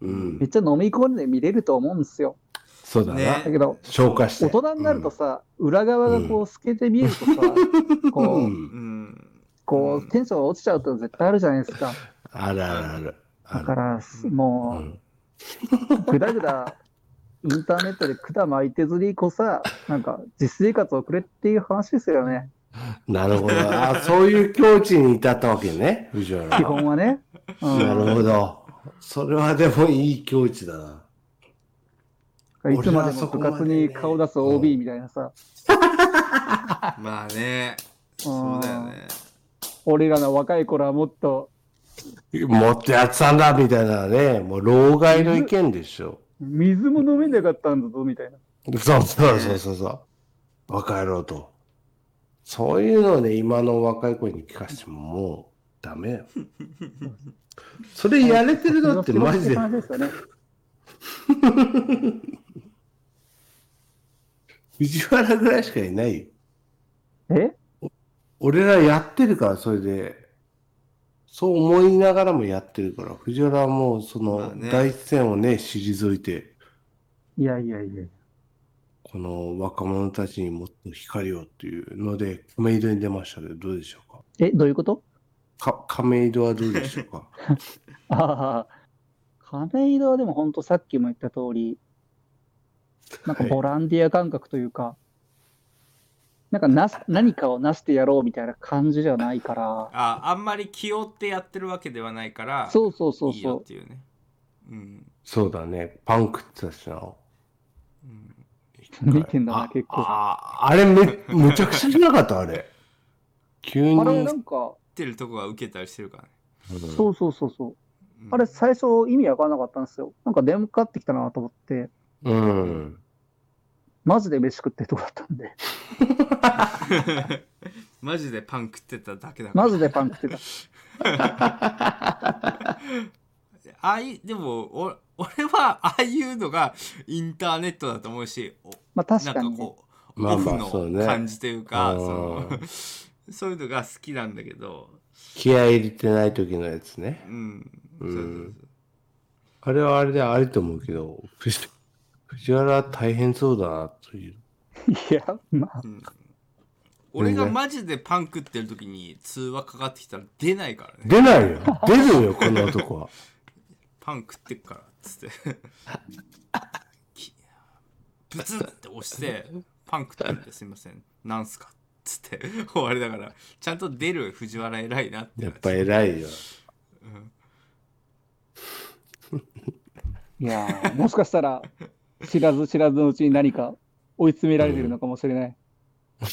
[SPEAKER 6] うん
[SPEAKER 5] め。っちゃ飲み込んで見れると思うんですよ。
[SPEAKER 6] そうだな
[SPEAKER 5] だ
[SPEAKER 2] ね。
[SPEAKER 5] けど、
[SPEAKER 6] 消化して。
[SPEAKER 5] 大人になるとさ、裏側がこう透けて見える とさ、こ
[SPEAKER 6] う
[SPEAKER 5] う、
[SPEAKER 6] ん。
[SPEAKER 4] うん
[SPEAKER 5] こう、テンションが落ちちゃうと絶対あるじゃないですか。
[SPEAKER 6] あるあるある。あ
[SPEAKER 5] だ
[SPEAKER 6] る
[SPEAKER 5] から、
[SPEAKER 6] う
[SPEAKER 5] も
[SPEAKER 6] ん
[SPEAKER 5] う、ぐだぐだ、インターネットで管巻いてずりこさ、なんか、実生活をくれっていう話ですよね。
[SPEAKER 6] なるほど。あそういう境地に至ったわけね、藤原
[SPEAKER 5] 基
[SPEAKER 6] は。
[SPEAKER 5] 本はね。う
[SPEAKER 6] なる
[SPEAKER 5] ん。
[SPEAKER 6] ほど。それはでもいい境地だな。
[SPEAKER 5] いつまでも部活に顔出す OB みたいなさ、
[SPEAKER 4] まあねそうだよね
[SPEAKER 5] 俺らの若い頃はもっと、
[SPEAKER 6] 持ってやってたんだ、みたいなね。もう、老害の意見でしょ。
[SPEAKER 5] 水も飲めなかったんだぞ、みたいな。
[SPEAKER 6] そうそうそうそうそう。若いろうと。そういうのをね、今の若い子に聞かせてももうダメ だよ。それやれてるのって マジで
[SPEAKER 5] それはそれはそれは話ですよね
[SPEAKER 6] 藤原ぐらいしかいないよ。
[SPEAKER 5] え
[SPEAKER 6] 俺らやってるから、それで。そう思いながらもやってるから、藤原はもうそ
[SPEAKER 4] まあ
[SPEAKER 6] の
[SPEAKER 4] ね
[SPEAKER 6] 第一線をね、退いて、
[SPEAKER 5] いやいやいや。
[SPEAKER 6] この若者たちにもっと光をっていうので、亀戸に出ましたけど、どうでしょう
[SPEAKER 5] え、どういうこと
[SPEAKER 6] かか亀戸はどうでしょうか
[SPEAKER 5] ああ、亀井戸はでも本当さっきも言った通り、なんかボランティア感覚というか、なんかなす何かをなしてやろうみたいな感じじゃないから、
[SPEAKER 2] ああんまり気負ってやってるわけではないから
[SPEAKER 5] そうそうそう
[SPEAKER 2] いいよ
[SPEAKER 5] そ
[SPEAKER 2] っていうねうん、
[SPEAKER 6] そうだね。パン食ってたしな。
[SPEAKER 2] うん、
[SPEAKER 5] う。見てんだな、
[SPEAKER 6] あ
[SPEAKER 5] 結構。あ
[SPEAKER 6] ああれめ、むちゃくちゃじゃなかった、あれ。急に。
[SPEAKER 5] れなんか、
[SPEAKER 2] ってるとこが受けたりしてるからね、
[SPEAKER 5] そうそうそうそう。
[SPEAKER 2] うん
[SPEAKER 5] あれ最初意味わからなかったんですよ。なんか電話かかってきたなと思って、
[SPEAKER 6] うん。
[SPEAKER 5] マジで飯食ってるとこだったんで、
[SPEAKER 2] マジでパン食ってただけだから
[SPEAKER 5] マジでパン食ってた。
[SPEAKER 2] ああいでもお俺はああいうのがインターネットだと思うしお
[SPEAKER 5] まあ確
[SPEAKER 2] なん
[SPEAKER 5] か
[SPEAKER 2] か
[SPEAKER 5] に、ね。
[SPEAKER 2] こう、
[SPEAKER 6] まあまあ
[SPEAKER 2] オ
[SPEAKER 6] そ
[SPEAKER 2] フ
[SPEAKER 6] う
[SPEAKER 2] の
[SPEAKER 6] ね
[SPEAKER 2] 感じというか
[SPEAKER 6] うん
[SPEAKER 2] その そういうのが好きなんだけど
[SPEAKER 6] 気合い入れてない時のやつね。
[SPEAKER 2] うん
[SPEAKER 6] う
[SPEAKER 2] そ
[SPEAKER 6] ん
[SPEAKER 2] うそうそう
[SPEAKER 6] あれはあれでありと思うけど、藤藤原大変そうだな、という。
[SPEAKER 5] いや、まあ、
[SPEAKER 2] うん俺がマジでパン食ってる時に通話かかってきたら出ないからね
[SPEAKER 6] 出ないよ。出るよ、この男は。
[SPEAKER 2] パン食ってっからっつ ってきブツって押してパン食ってるんですいませんなんすかっつって終わりだからちゃんと出る藤原偉いなって
[SPEAKER 6] やっぱ偉いよ。
[SPEAKER 5] いやー、もしかしたら、知らず知らずのうちに何か追い詰められてるのかもしれない。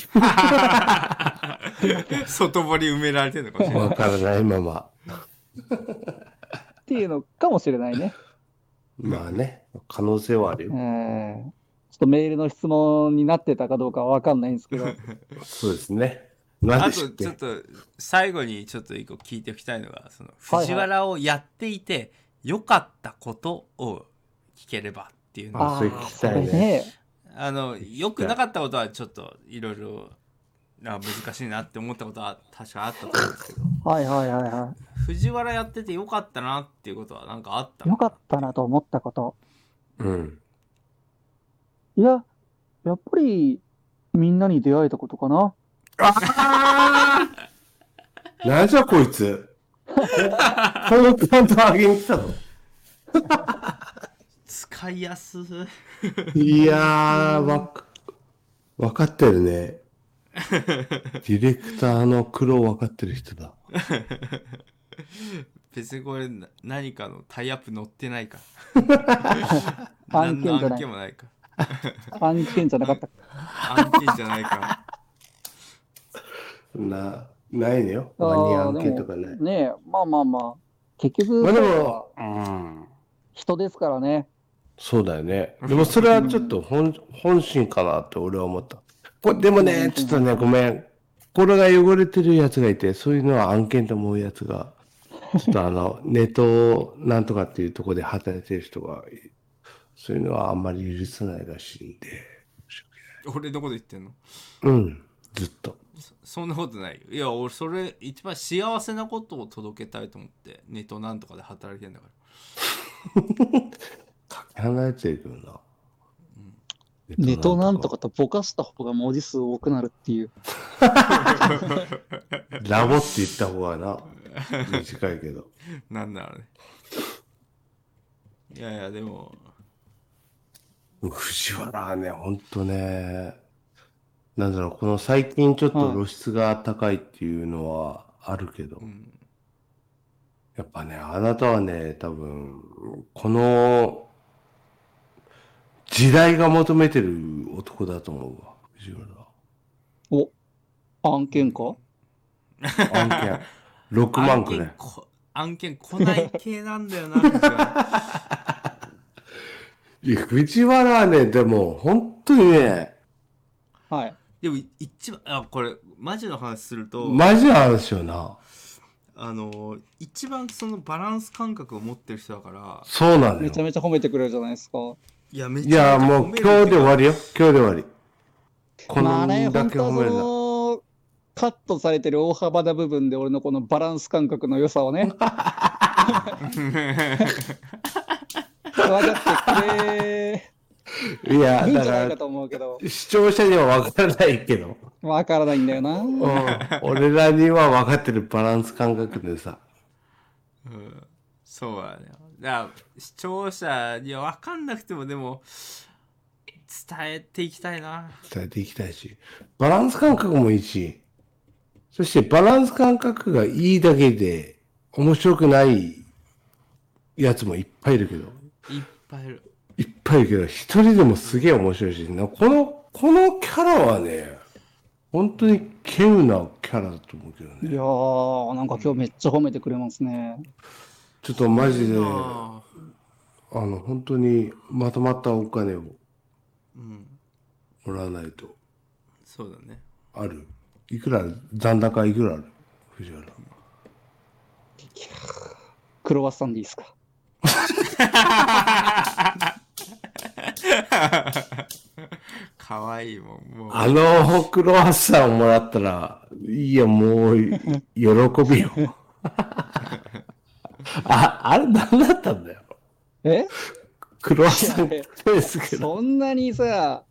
[SPEAKER 2] 外堀埋められてるのかもしれない
[SPEAKER 6] わからないまま。
[SPEAKER 5] っていうのかもしれないね。
[SPEAKER 6] まあね、可能性はあるよ。
[SPEAKER 5] えーちょっとメールの質問になってたかどうかはわかんないんですけど、
[SPEAKER 6] そうですね。な
[SPEAKER 2] あ
[SPEAKER 6] んで知
[SPEAKER 2] と
[SPEAKER 6] っ
[SPEAKER 2] ちょってと最後にちょっと一個聞いておきたいのがその
[SPEAKER 5] はい
[SPEAKER 2] 藤原をやっていて良かったことを聞ければっていうの
[SPEAKER 6] あ
[SPEAKER 2] あ
[SPEAKER 6] それ聞きたいね
[SPEAKER 5] それね、
[SPEAKER 2] の良くなかったことはちょっといろいろあ難しいなって思ったことは確かあったと思うんですけど
[SPEAKER 5] はいはいはいは
[SPEAKER 2] 藤原やってて良かったなっていうことはなんかあった
[SPEAKER 5] い。よかったなと思ったこと。
[SPEAKER 6] うん。
[SPEAKER 5] いや、やっぱり、みんなに出会えたことかな。
[SPEAKER 6] なんじゃこいつ。このパンとあげに来たの。
[SPEAKER 2] 使いやすい
[SPEAKER 6] いやー、わか、わかってるね。ディレクターの苦労わかってる人だ。
[SPEAKER 2] 別にこれな何かのタイアップ乗ってないから
[SPEAKER 5] 案件じ
[SPEAKER 2] 何の
[SPEAKER 5] ゃな
[SPEAKER 2] 案
[SPEAKER 5] い
[SPEAKER 2] 件。もないか
[SPEAKER 5] 案件じゃなかった。
[SPEAKER 2] 案件じゃないから
[SPEAKER 6] な、ないのよ。ワニ案件とかない。
[SPEAKER 5] ねえ、まあまあまあ。結局、
[SPEAKER 6] まあでも、うん。
[SPEAKER 5] 人ですからね。
[SPEAKER 6] そうだよね。でもそれはちょっと本,、本心かなって俺は思った。こでもね、ちょっとね、ごめん。心が汚れてるやつがいて、そういうのは案件と思うやつが、ちょっとあ の、ネットなんとかっていうところで働いてる人がい、そういうのはあんまり許さないらしいんで。
[SPEAKER 2] 俺のこと言ってんの
[SPEAKER 6] うん、ずっと。
[SPEAKER 2] そそんなことないよいや俺それ一番幸せなことを届けたいと思ってネットなんとかで働いてんだか
[SPEAKER 6] 離れてるけどな。
[SPEAKER 5] ネトなんとかとぼかした方が文字数多くなるっていう。
[SPEAKER 6] ラボって言った方がな、短いけど。
[SPEAKER 2] らなんだろうねいやいやでも
[SPEAKER 6] 藤原はね、ほんとね、なんだろう、この最近ちょっと露出が高いっていうのはあるけど、
[SPEAKER 2] うん
[SPEAKER 6] やっぱね、あなたはね、多分、この時代が求めてる男だと思うわ、藤原は。
[SPEAKER 5] お、案件か
[SPEAKER 6] 案件、6万
[SPEAKER 2] 案
[SPEAKER 6] くら
[SPEAKER 2] 件
[SPEAKER 6] い。
[SPEAKER 2] こ案件来ない系なんだよな藤原
[SPEAKER 6] いや、藤原はね、でも、本当にね、
[SPEAKER 5] はい。
[SPEAKER 2] でも一番あこれマジの話すると、
[SPEAKER 6] マジな話よな。
[SPEAKER 2] あの一番そのバランス感覚を持ってる人だから
[SPEAKER 6] そうなの
[SPEAKER 5] めちゃ
[SPEAKER 6] よ。
[SPEAKER 5] めちゃ褒めてくれるじゃないですか。
[SPEAKER 2] いやめち
[SPEAKER 6] いや、
[SPEAKER 2] ゃめちゃ
[SPEAKER 6] もう
[SPEAKER 2] 褒めるけど
[SPEAKER 6] 今日で終わりよ。今日で終わり。こ
[SPEAKER 5] ま
[SPEAKER 6] の
[SPEAKER 5] あね、
[SPEAKER 6] だ
[SPEAKER 5] 本
[SPEAKER 6] け
[SPEAKER 5] 当は
[SPEAKER 6] 褒めるな。
[SPEAKER 5] その、カットされてる大幅な部分で俺のこのバランス感覚の良さ をね。分かってくれ
[SPEAKER 6] いや、
[SPEAKER 5] るんじ
[SPEAKER 6] だ
[SPEAKER 5] ゃないか
[SPEAKER 6] か
[SPEAKER 5] と思うけど、
[SPEAKER 6] ら、視聴者には分からないけど、
[SPEAKER 5] 分からないんだよな。
[SPEAKER 6] うん、俺らには分かってるバランス感覚でさ、
[SPEAKER 2] うんそうだね。や視聴者には分かんなくてもでも伝えていきたいな
[SPEAKER 6] 伝えていきたいし、バランス感覚もいいし、そしてバランス感覚がいいだけで、面白くないやつもいっぱいいるけど、
[SPEAKER 2] いっぱいいる
[SPEAKER 6] いっぱいいるけど、一人でもすげえ面白いし、なこの、このキャラはね、本当に稀有なキャラだと思うけどね。
[SPEAKER 5] いやー、なんか今日めっちゃ褒めてくれますね。
[SPEAKER 6] ちょっとマジで、あ
[SPEAKER 7] ああ
[SPEAKER 6] の、本当にまとまったお金を
[SPEAKER 7] うん
[SPEAKER 6] もらわないと。
[SPEAKER 7] そうだね
[SPEAKER 6] あるいくらある残高いくらある藤原。
[SPEAKER 5] クロワッサンでいいですか。
[SPEAKER 2] かわいいもんもう
[SPEAKER 6] あのクロワッサンをもらったら、いや、もう、い喜びよ。あ、あれ何だったんだよ。
[SPEAKER 5] え
[SPEAKER 6] クロワッサン
[SPEAKER 5] いや
[SPEAKER 6] ですけど。
[SPEAKER 5] そんなにさ、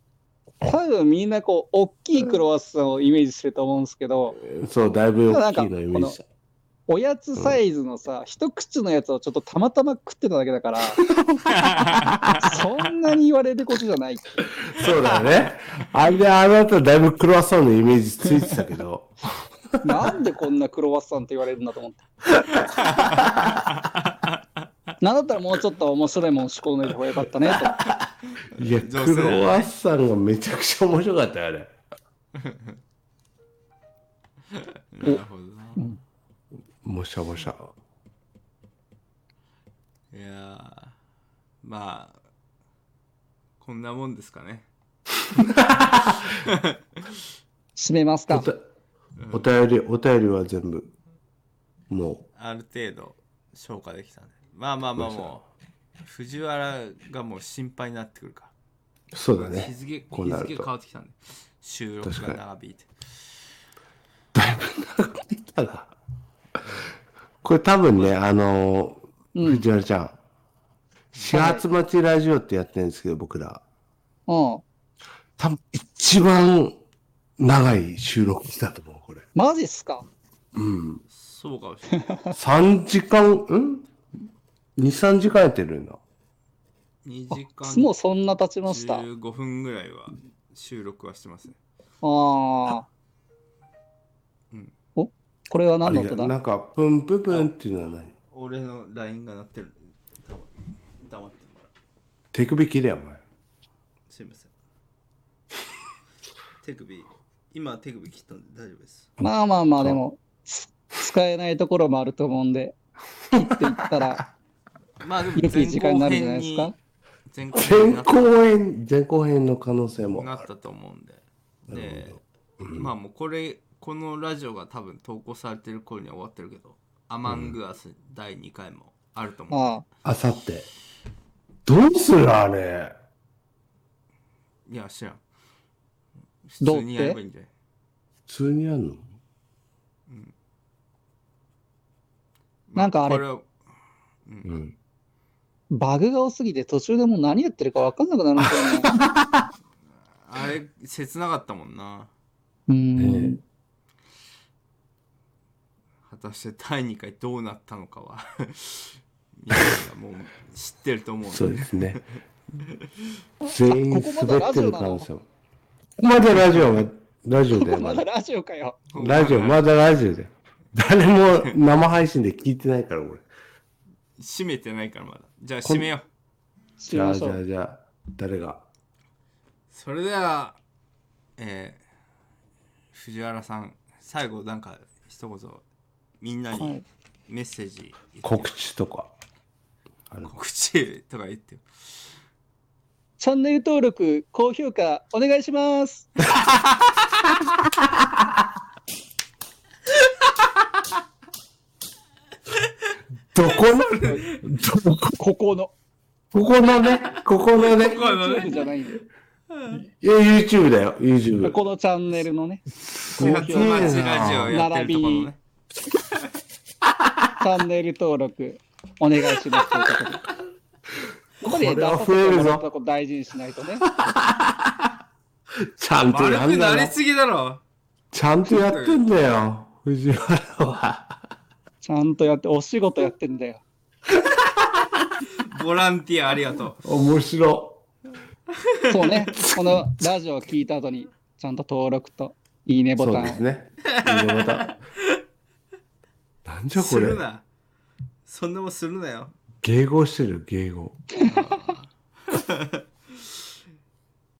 [SPEAKER 5] 多分みんなこう、大きいクロワッサンをイメージすると思うんですけど、
[SPEAKER 6] そう、だいぶ大きいのイメージした。
[SPEAKER 5] おやつサイズのさ、一口のやつをちょっとたまたま食ってただけだから、 そんなに言われることじゃない。
[SPEAKER 6] そうだよね。あれであなただいぶクロワッサンのイメージついてたけど。
[SPEAKER 5] なんでこんなクロワッサンって言われるんだと思って。なんだったらもうちょっと面白いもん仕込んでた方がよかったねと。
[SPEAKER 6] いや、ク
[SPEAKER 7] 女性
[SPEAKER 6] ロワッサンがめちゃくちゃ面白かったよ、あれ。
[SPEAKER 2] なるほどな
[SPEAKER 6] もしゃもしゃ。
[SPEAKER 2] いやーまあこんなもんですかね
[SPEAKER 5] 締めます
[SPEAKER 6] お
[SPEAKER 5] か。
[SPEAKER 6] たお便り、お便りは全部、も
[SPEAKER 2] ある程度消化できたねまあまあまあもう藤原がもう心配になってくるか
[SPEAKER 6] う、そうだ
[SPEAKER 2] ら
[SPEAKER 6] ね
[SPEAKER 2] 日。付日
[SPEAKER 6] こうなると
[SPEAKER 2] 付変わってきたんで収録が長引いて
[SPEAKER 6] ただ、 これ多分ね、あのー、
[SPEAKER 5] うん。
[SPEAKER 6] 藤原ちゃん、始発待ちラジオってやってるんですけど、僕ら、
[SPEAKER 5] うん。
[SPEAKER 6] 多分一番長い収録だと思う、これ。
[SPEAKER 5] マジっすか
[SPEAKER 6] うん。
[SPEAKER 2] そうかもしれない
[SPEAKER 6] 3時間、ん ?2、3時間やってるんだ。
[SPEAKER 2] 2時
[SPEAKER 5] も
[SPEAKER 2] 間
[SPEAKER 5] うそんな経ちました。あ
[SPEAKER 2] 15分ぐらいは収録はしてますね
[SPEAKER 5] あ。
[SPEAKER 2] うん
[SPEAKER 5] おこれは
[SPEAKER 6] あ
[SPEAKER 5] 何の
[SPEAKER 6] れ
[SPEAKER 5] 音
[SPEAKER 6] な
[SPEAKER 5] だ
[SPEAKER 6] んか、プンプンプンっていうのは何
[SPEAKER 2] 俺の LINE が鳴ってる黙黙ってもらう
[SPEAKER 6] 手首切れや、お前。
[SPEAKER 2] すいません手首今手首切ったんで大丈夫です
[SPEAKER 5] まあまあまあ、でも、つ使えないところもあると思うんで、切っていったら、
[SPEAKER 2] まあでも
[SPEAKER 5] 良き
[SPEAKER 2] 前
[SPEAKER 5] 時間にな
[SPEAKER 2] 後
[SPEAKER 5] るんじゃ
[SPEAKER 2] 編
[SPEAKER 5] ないですか
[SPEAKER 2] に前後編に
[SPEAKER 6] 前
[SPEAKER 2] なっ
[SPEAKER 6] 後編、前後編の可能性も。
[SPEAKER 2] なったと思うんで
[SPEAKER 6] な
[SPEAKER 2] で
[SPEAKER 6] る、
[SPEAKER 2] まあもうこれこのラジオが多分投稿されてる頃には終わってるけど「アマングアス」第2回もあると思う、
[SPEAKER 5] ああ。
[SPEAKER 6] あさって。どうするあれ。
[SPEAKER 2] いや知らん普
[SPEAKER 5] どうっ
[SPEAKER 2] 通
[SPEAKER 5] て
[SPEAKER 2] にやればいいんじゃない
[SPEAKER 6] 普通にやんの
[SPEAKER 5] なんかあれ
[SPEAKER 2] こを
[SPEAKER 6] うん。
[SPEAKER 5] バグが多すぎて途中でもう何やってるか分かんなくなるんですよね。
[SPEAKER 2] あれ切なかったもんな
[SPEAKER 5] う
[SPEAKER 6] ね
[SPEAKER 5] ん。
[SPEAKER 2] 果たして第2回どうなったのかは 皆さんがもう知ってると思うん
[SPEAKER 6] そう
[SPEAKER 2] で
[SPEAKER 6] ですね。 全員
[SPEAKER 5] あここまだ
[SPEAKER 6] 滑ってる可
[SPEAKER 5] ラジオなの
[SPEAKER 6] 能性も。まだラジオが、ラジオだよ、
[SPEAKER 5] ま
[SPEAKER 6] ま
[SPEAKER 5] だ
[SPEAKER 6] だ。
[SPEAKER 5] ラジオかよ。
[SPEAKER 6] ラジオ、まだラジオだよ。誰も生配信で聞いてないから、俺。
[SPEAKER 2] 閉めてないからまだじゃあ閉めよう
[SPEAKER 5] し
[SPEAKER 6] じゃ
[SPEAKER 5] ま
[SPEAKER 6] あ、
[SPEAKER 5] し
[SPEAKER 6] じ
[SPEAKER 5] ょ
[SPEAKER 6] ゃあ、
[SPEAKER 5] う。
[SPEAKER 6] じゃあ、誰が。
[SPEAKER 2] それではえー藤原さん最後なんか一言みんな
[SPEAKER 5] は
[SPEAKER 2] に
[SPEAKER 5] い
[SPEAKER 2] メッセージ言って
[SPEAKER 6] 告知とか。
[SPEAKER 2] 告知とか言ってよ
[SPEAKER 5] チャンネル登録、高評価、お願いし ます。
[SPEAKER 6] どこ の、どこ、
[SPEAKER 5] ここの。
[SPEAKER 6] ここのね、ここのね、
[SPEAKER 2] このね
[SPEAKER 5] YouTube じゃないんで
[SPEAKER 6] いや YouTube だよ、YouTube。
[SPEAKER 5] このチャンネルのね、チ
[SPEAKER 2] 始発待ちラジオやってるところのね
[SPEAKER 5] ャンネル登録、お願いしますということで。 ここで
[SPEAKER 6] これ
[SPEAKER 5] 出
[SPEAKER 6] は
[SPEAKER 5] させ
[SPEAKER 6] 増え
[SPEAKER 5] て
[SPEAKER 6] る
[SPEAKER 5] も
[SPEAKER 6] ぞ
[SPEAKER 5] らったこと大事にしないとね。
[SPEAKER 6] ちゃんと
[SPEAKER 2] 悪
[SPEAKER 6] やん
[SPEAKER 2] くな
[SPEAKER 6] だ
[SPEAKER 2] り
[SPEAKER 6] よ。
[SPEAKER 2] すぎだろ
[SPEAKER 6] ちゃんとやってんだよ、藤原は。
[SPEAKER 5] ちゃんとやって、お仕事やってんだよ。
[SPEAKER 4] ボランティアありがとう。
[SPEAKER 6] 面白。
[SPEAKER 5] そうね、このラジオを聞いた後に、ちゃんと登録と、いいねボ
[SPEAKER 6] そう
[SPEAKER 5] タ
[SPEAKER 6] です
[SPEAKER 5] ン。
[SPEAKER 6] ね。いいねボタン。なんじゃ
[SPEAKER 2] す
[SPEAKER 6] これ
[SPEAKER 2] る。な。そんなもんするなよ。
[SPEAKER 6] 迎合してる、迎合。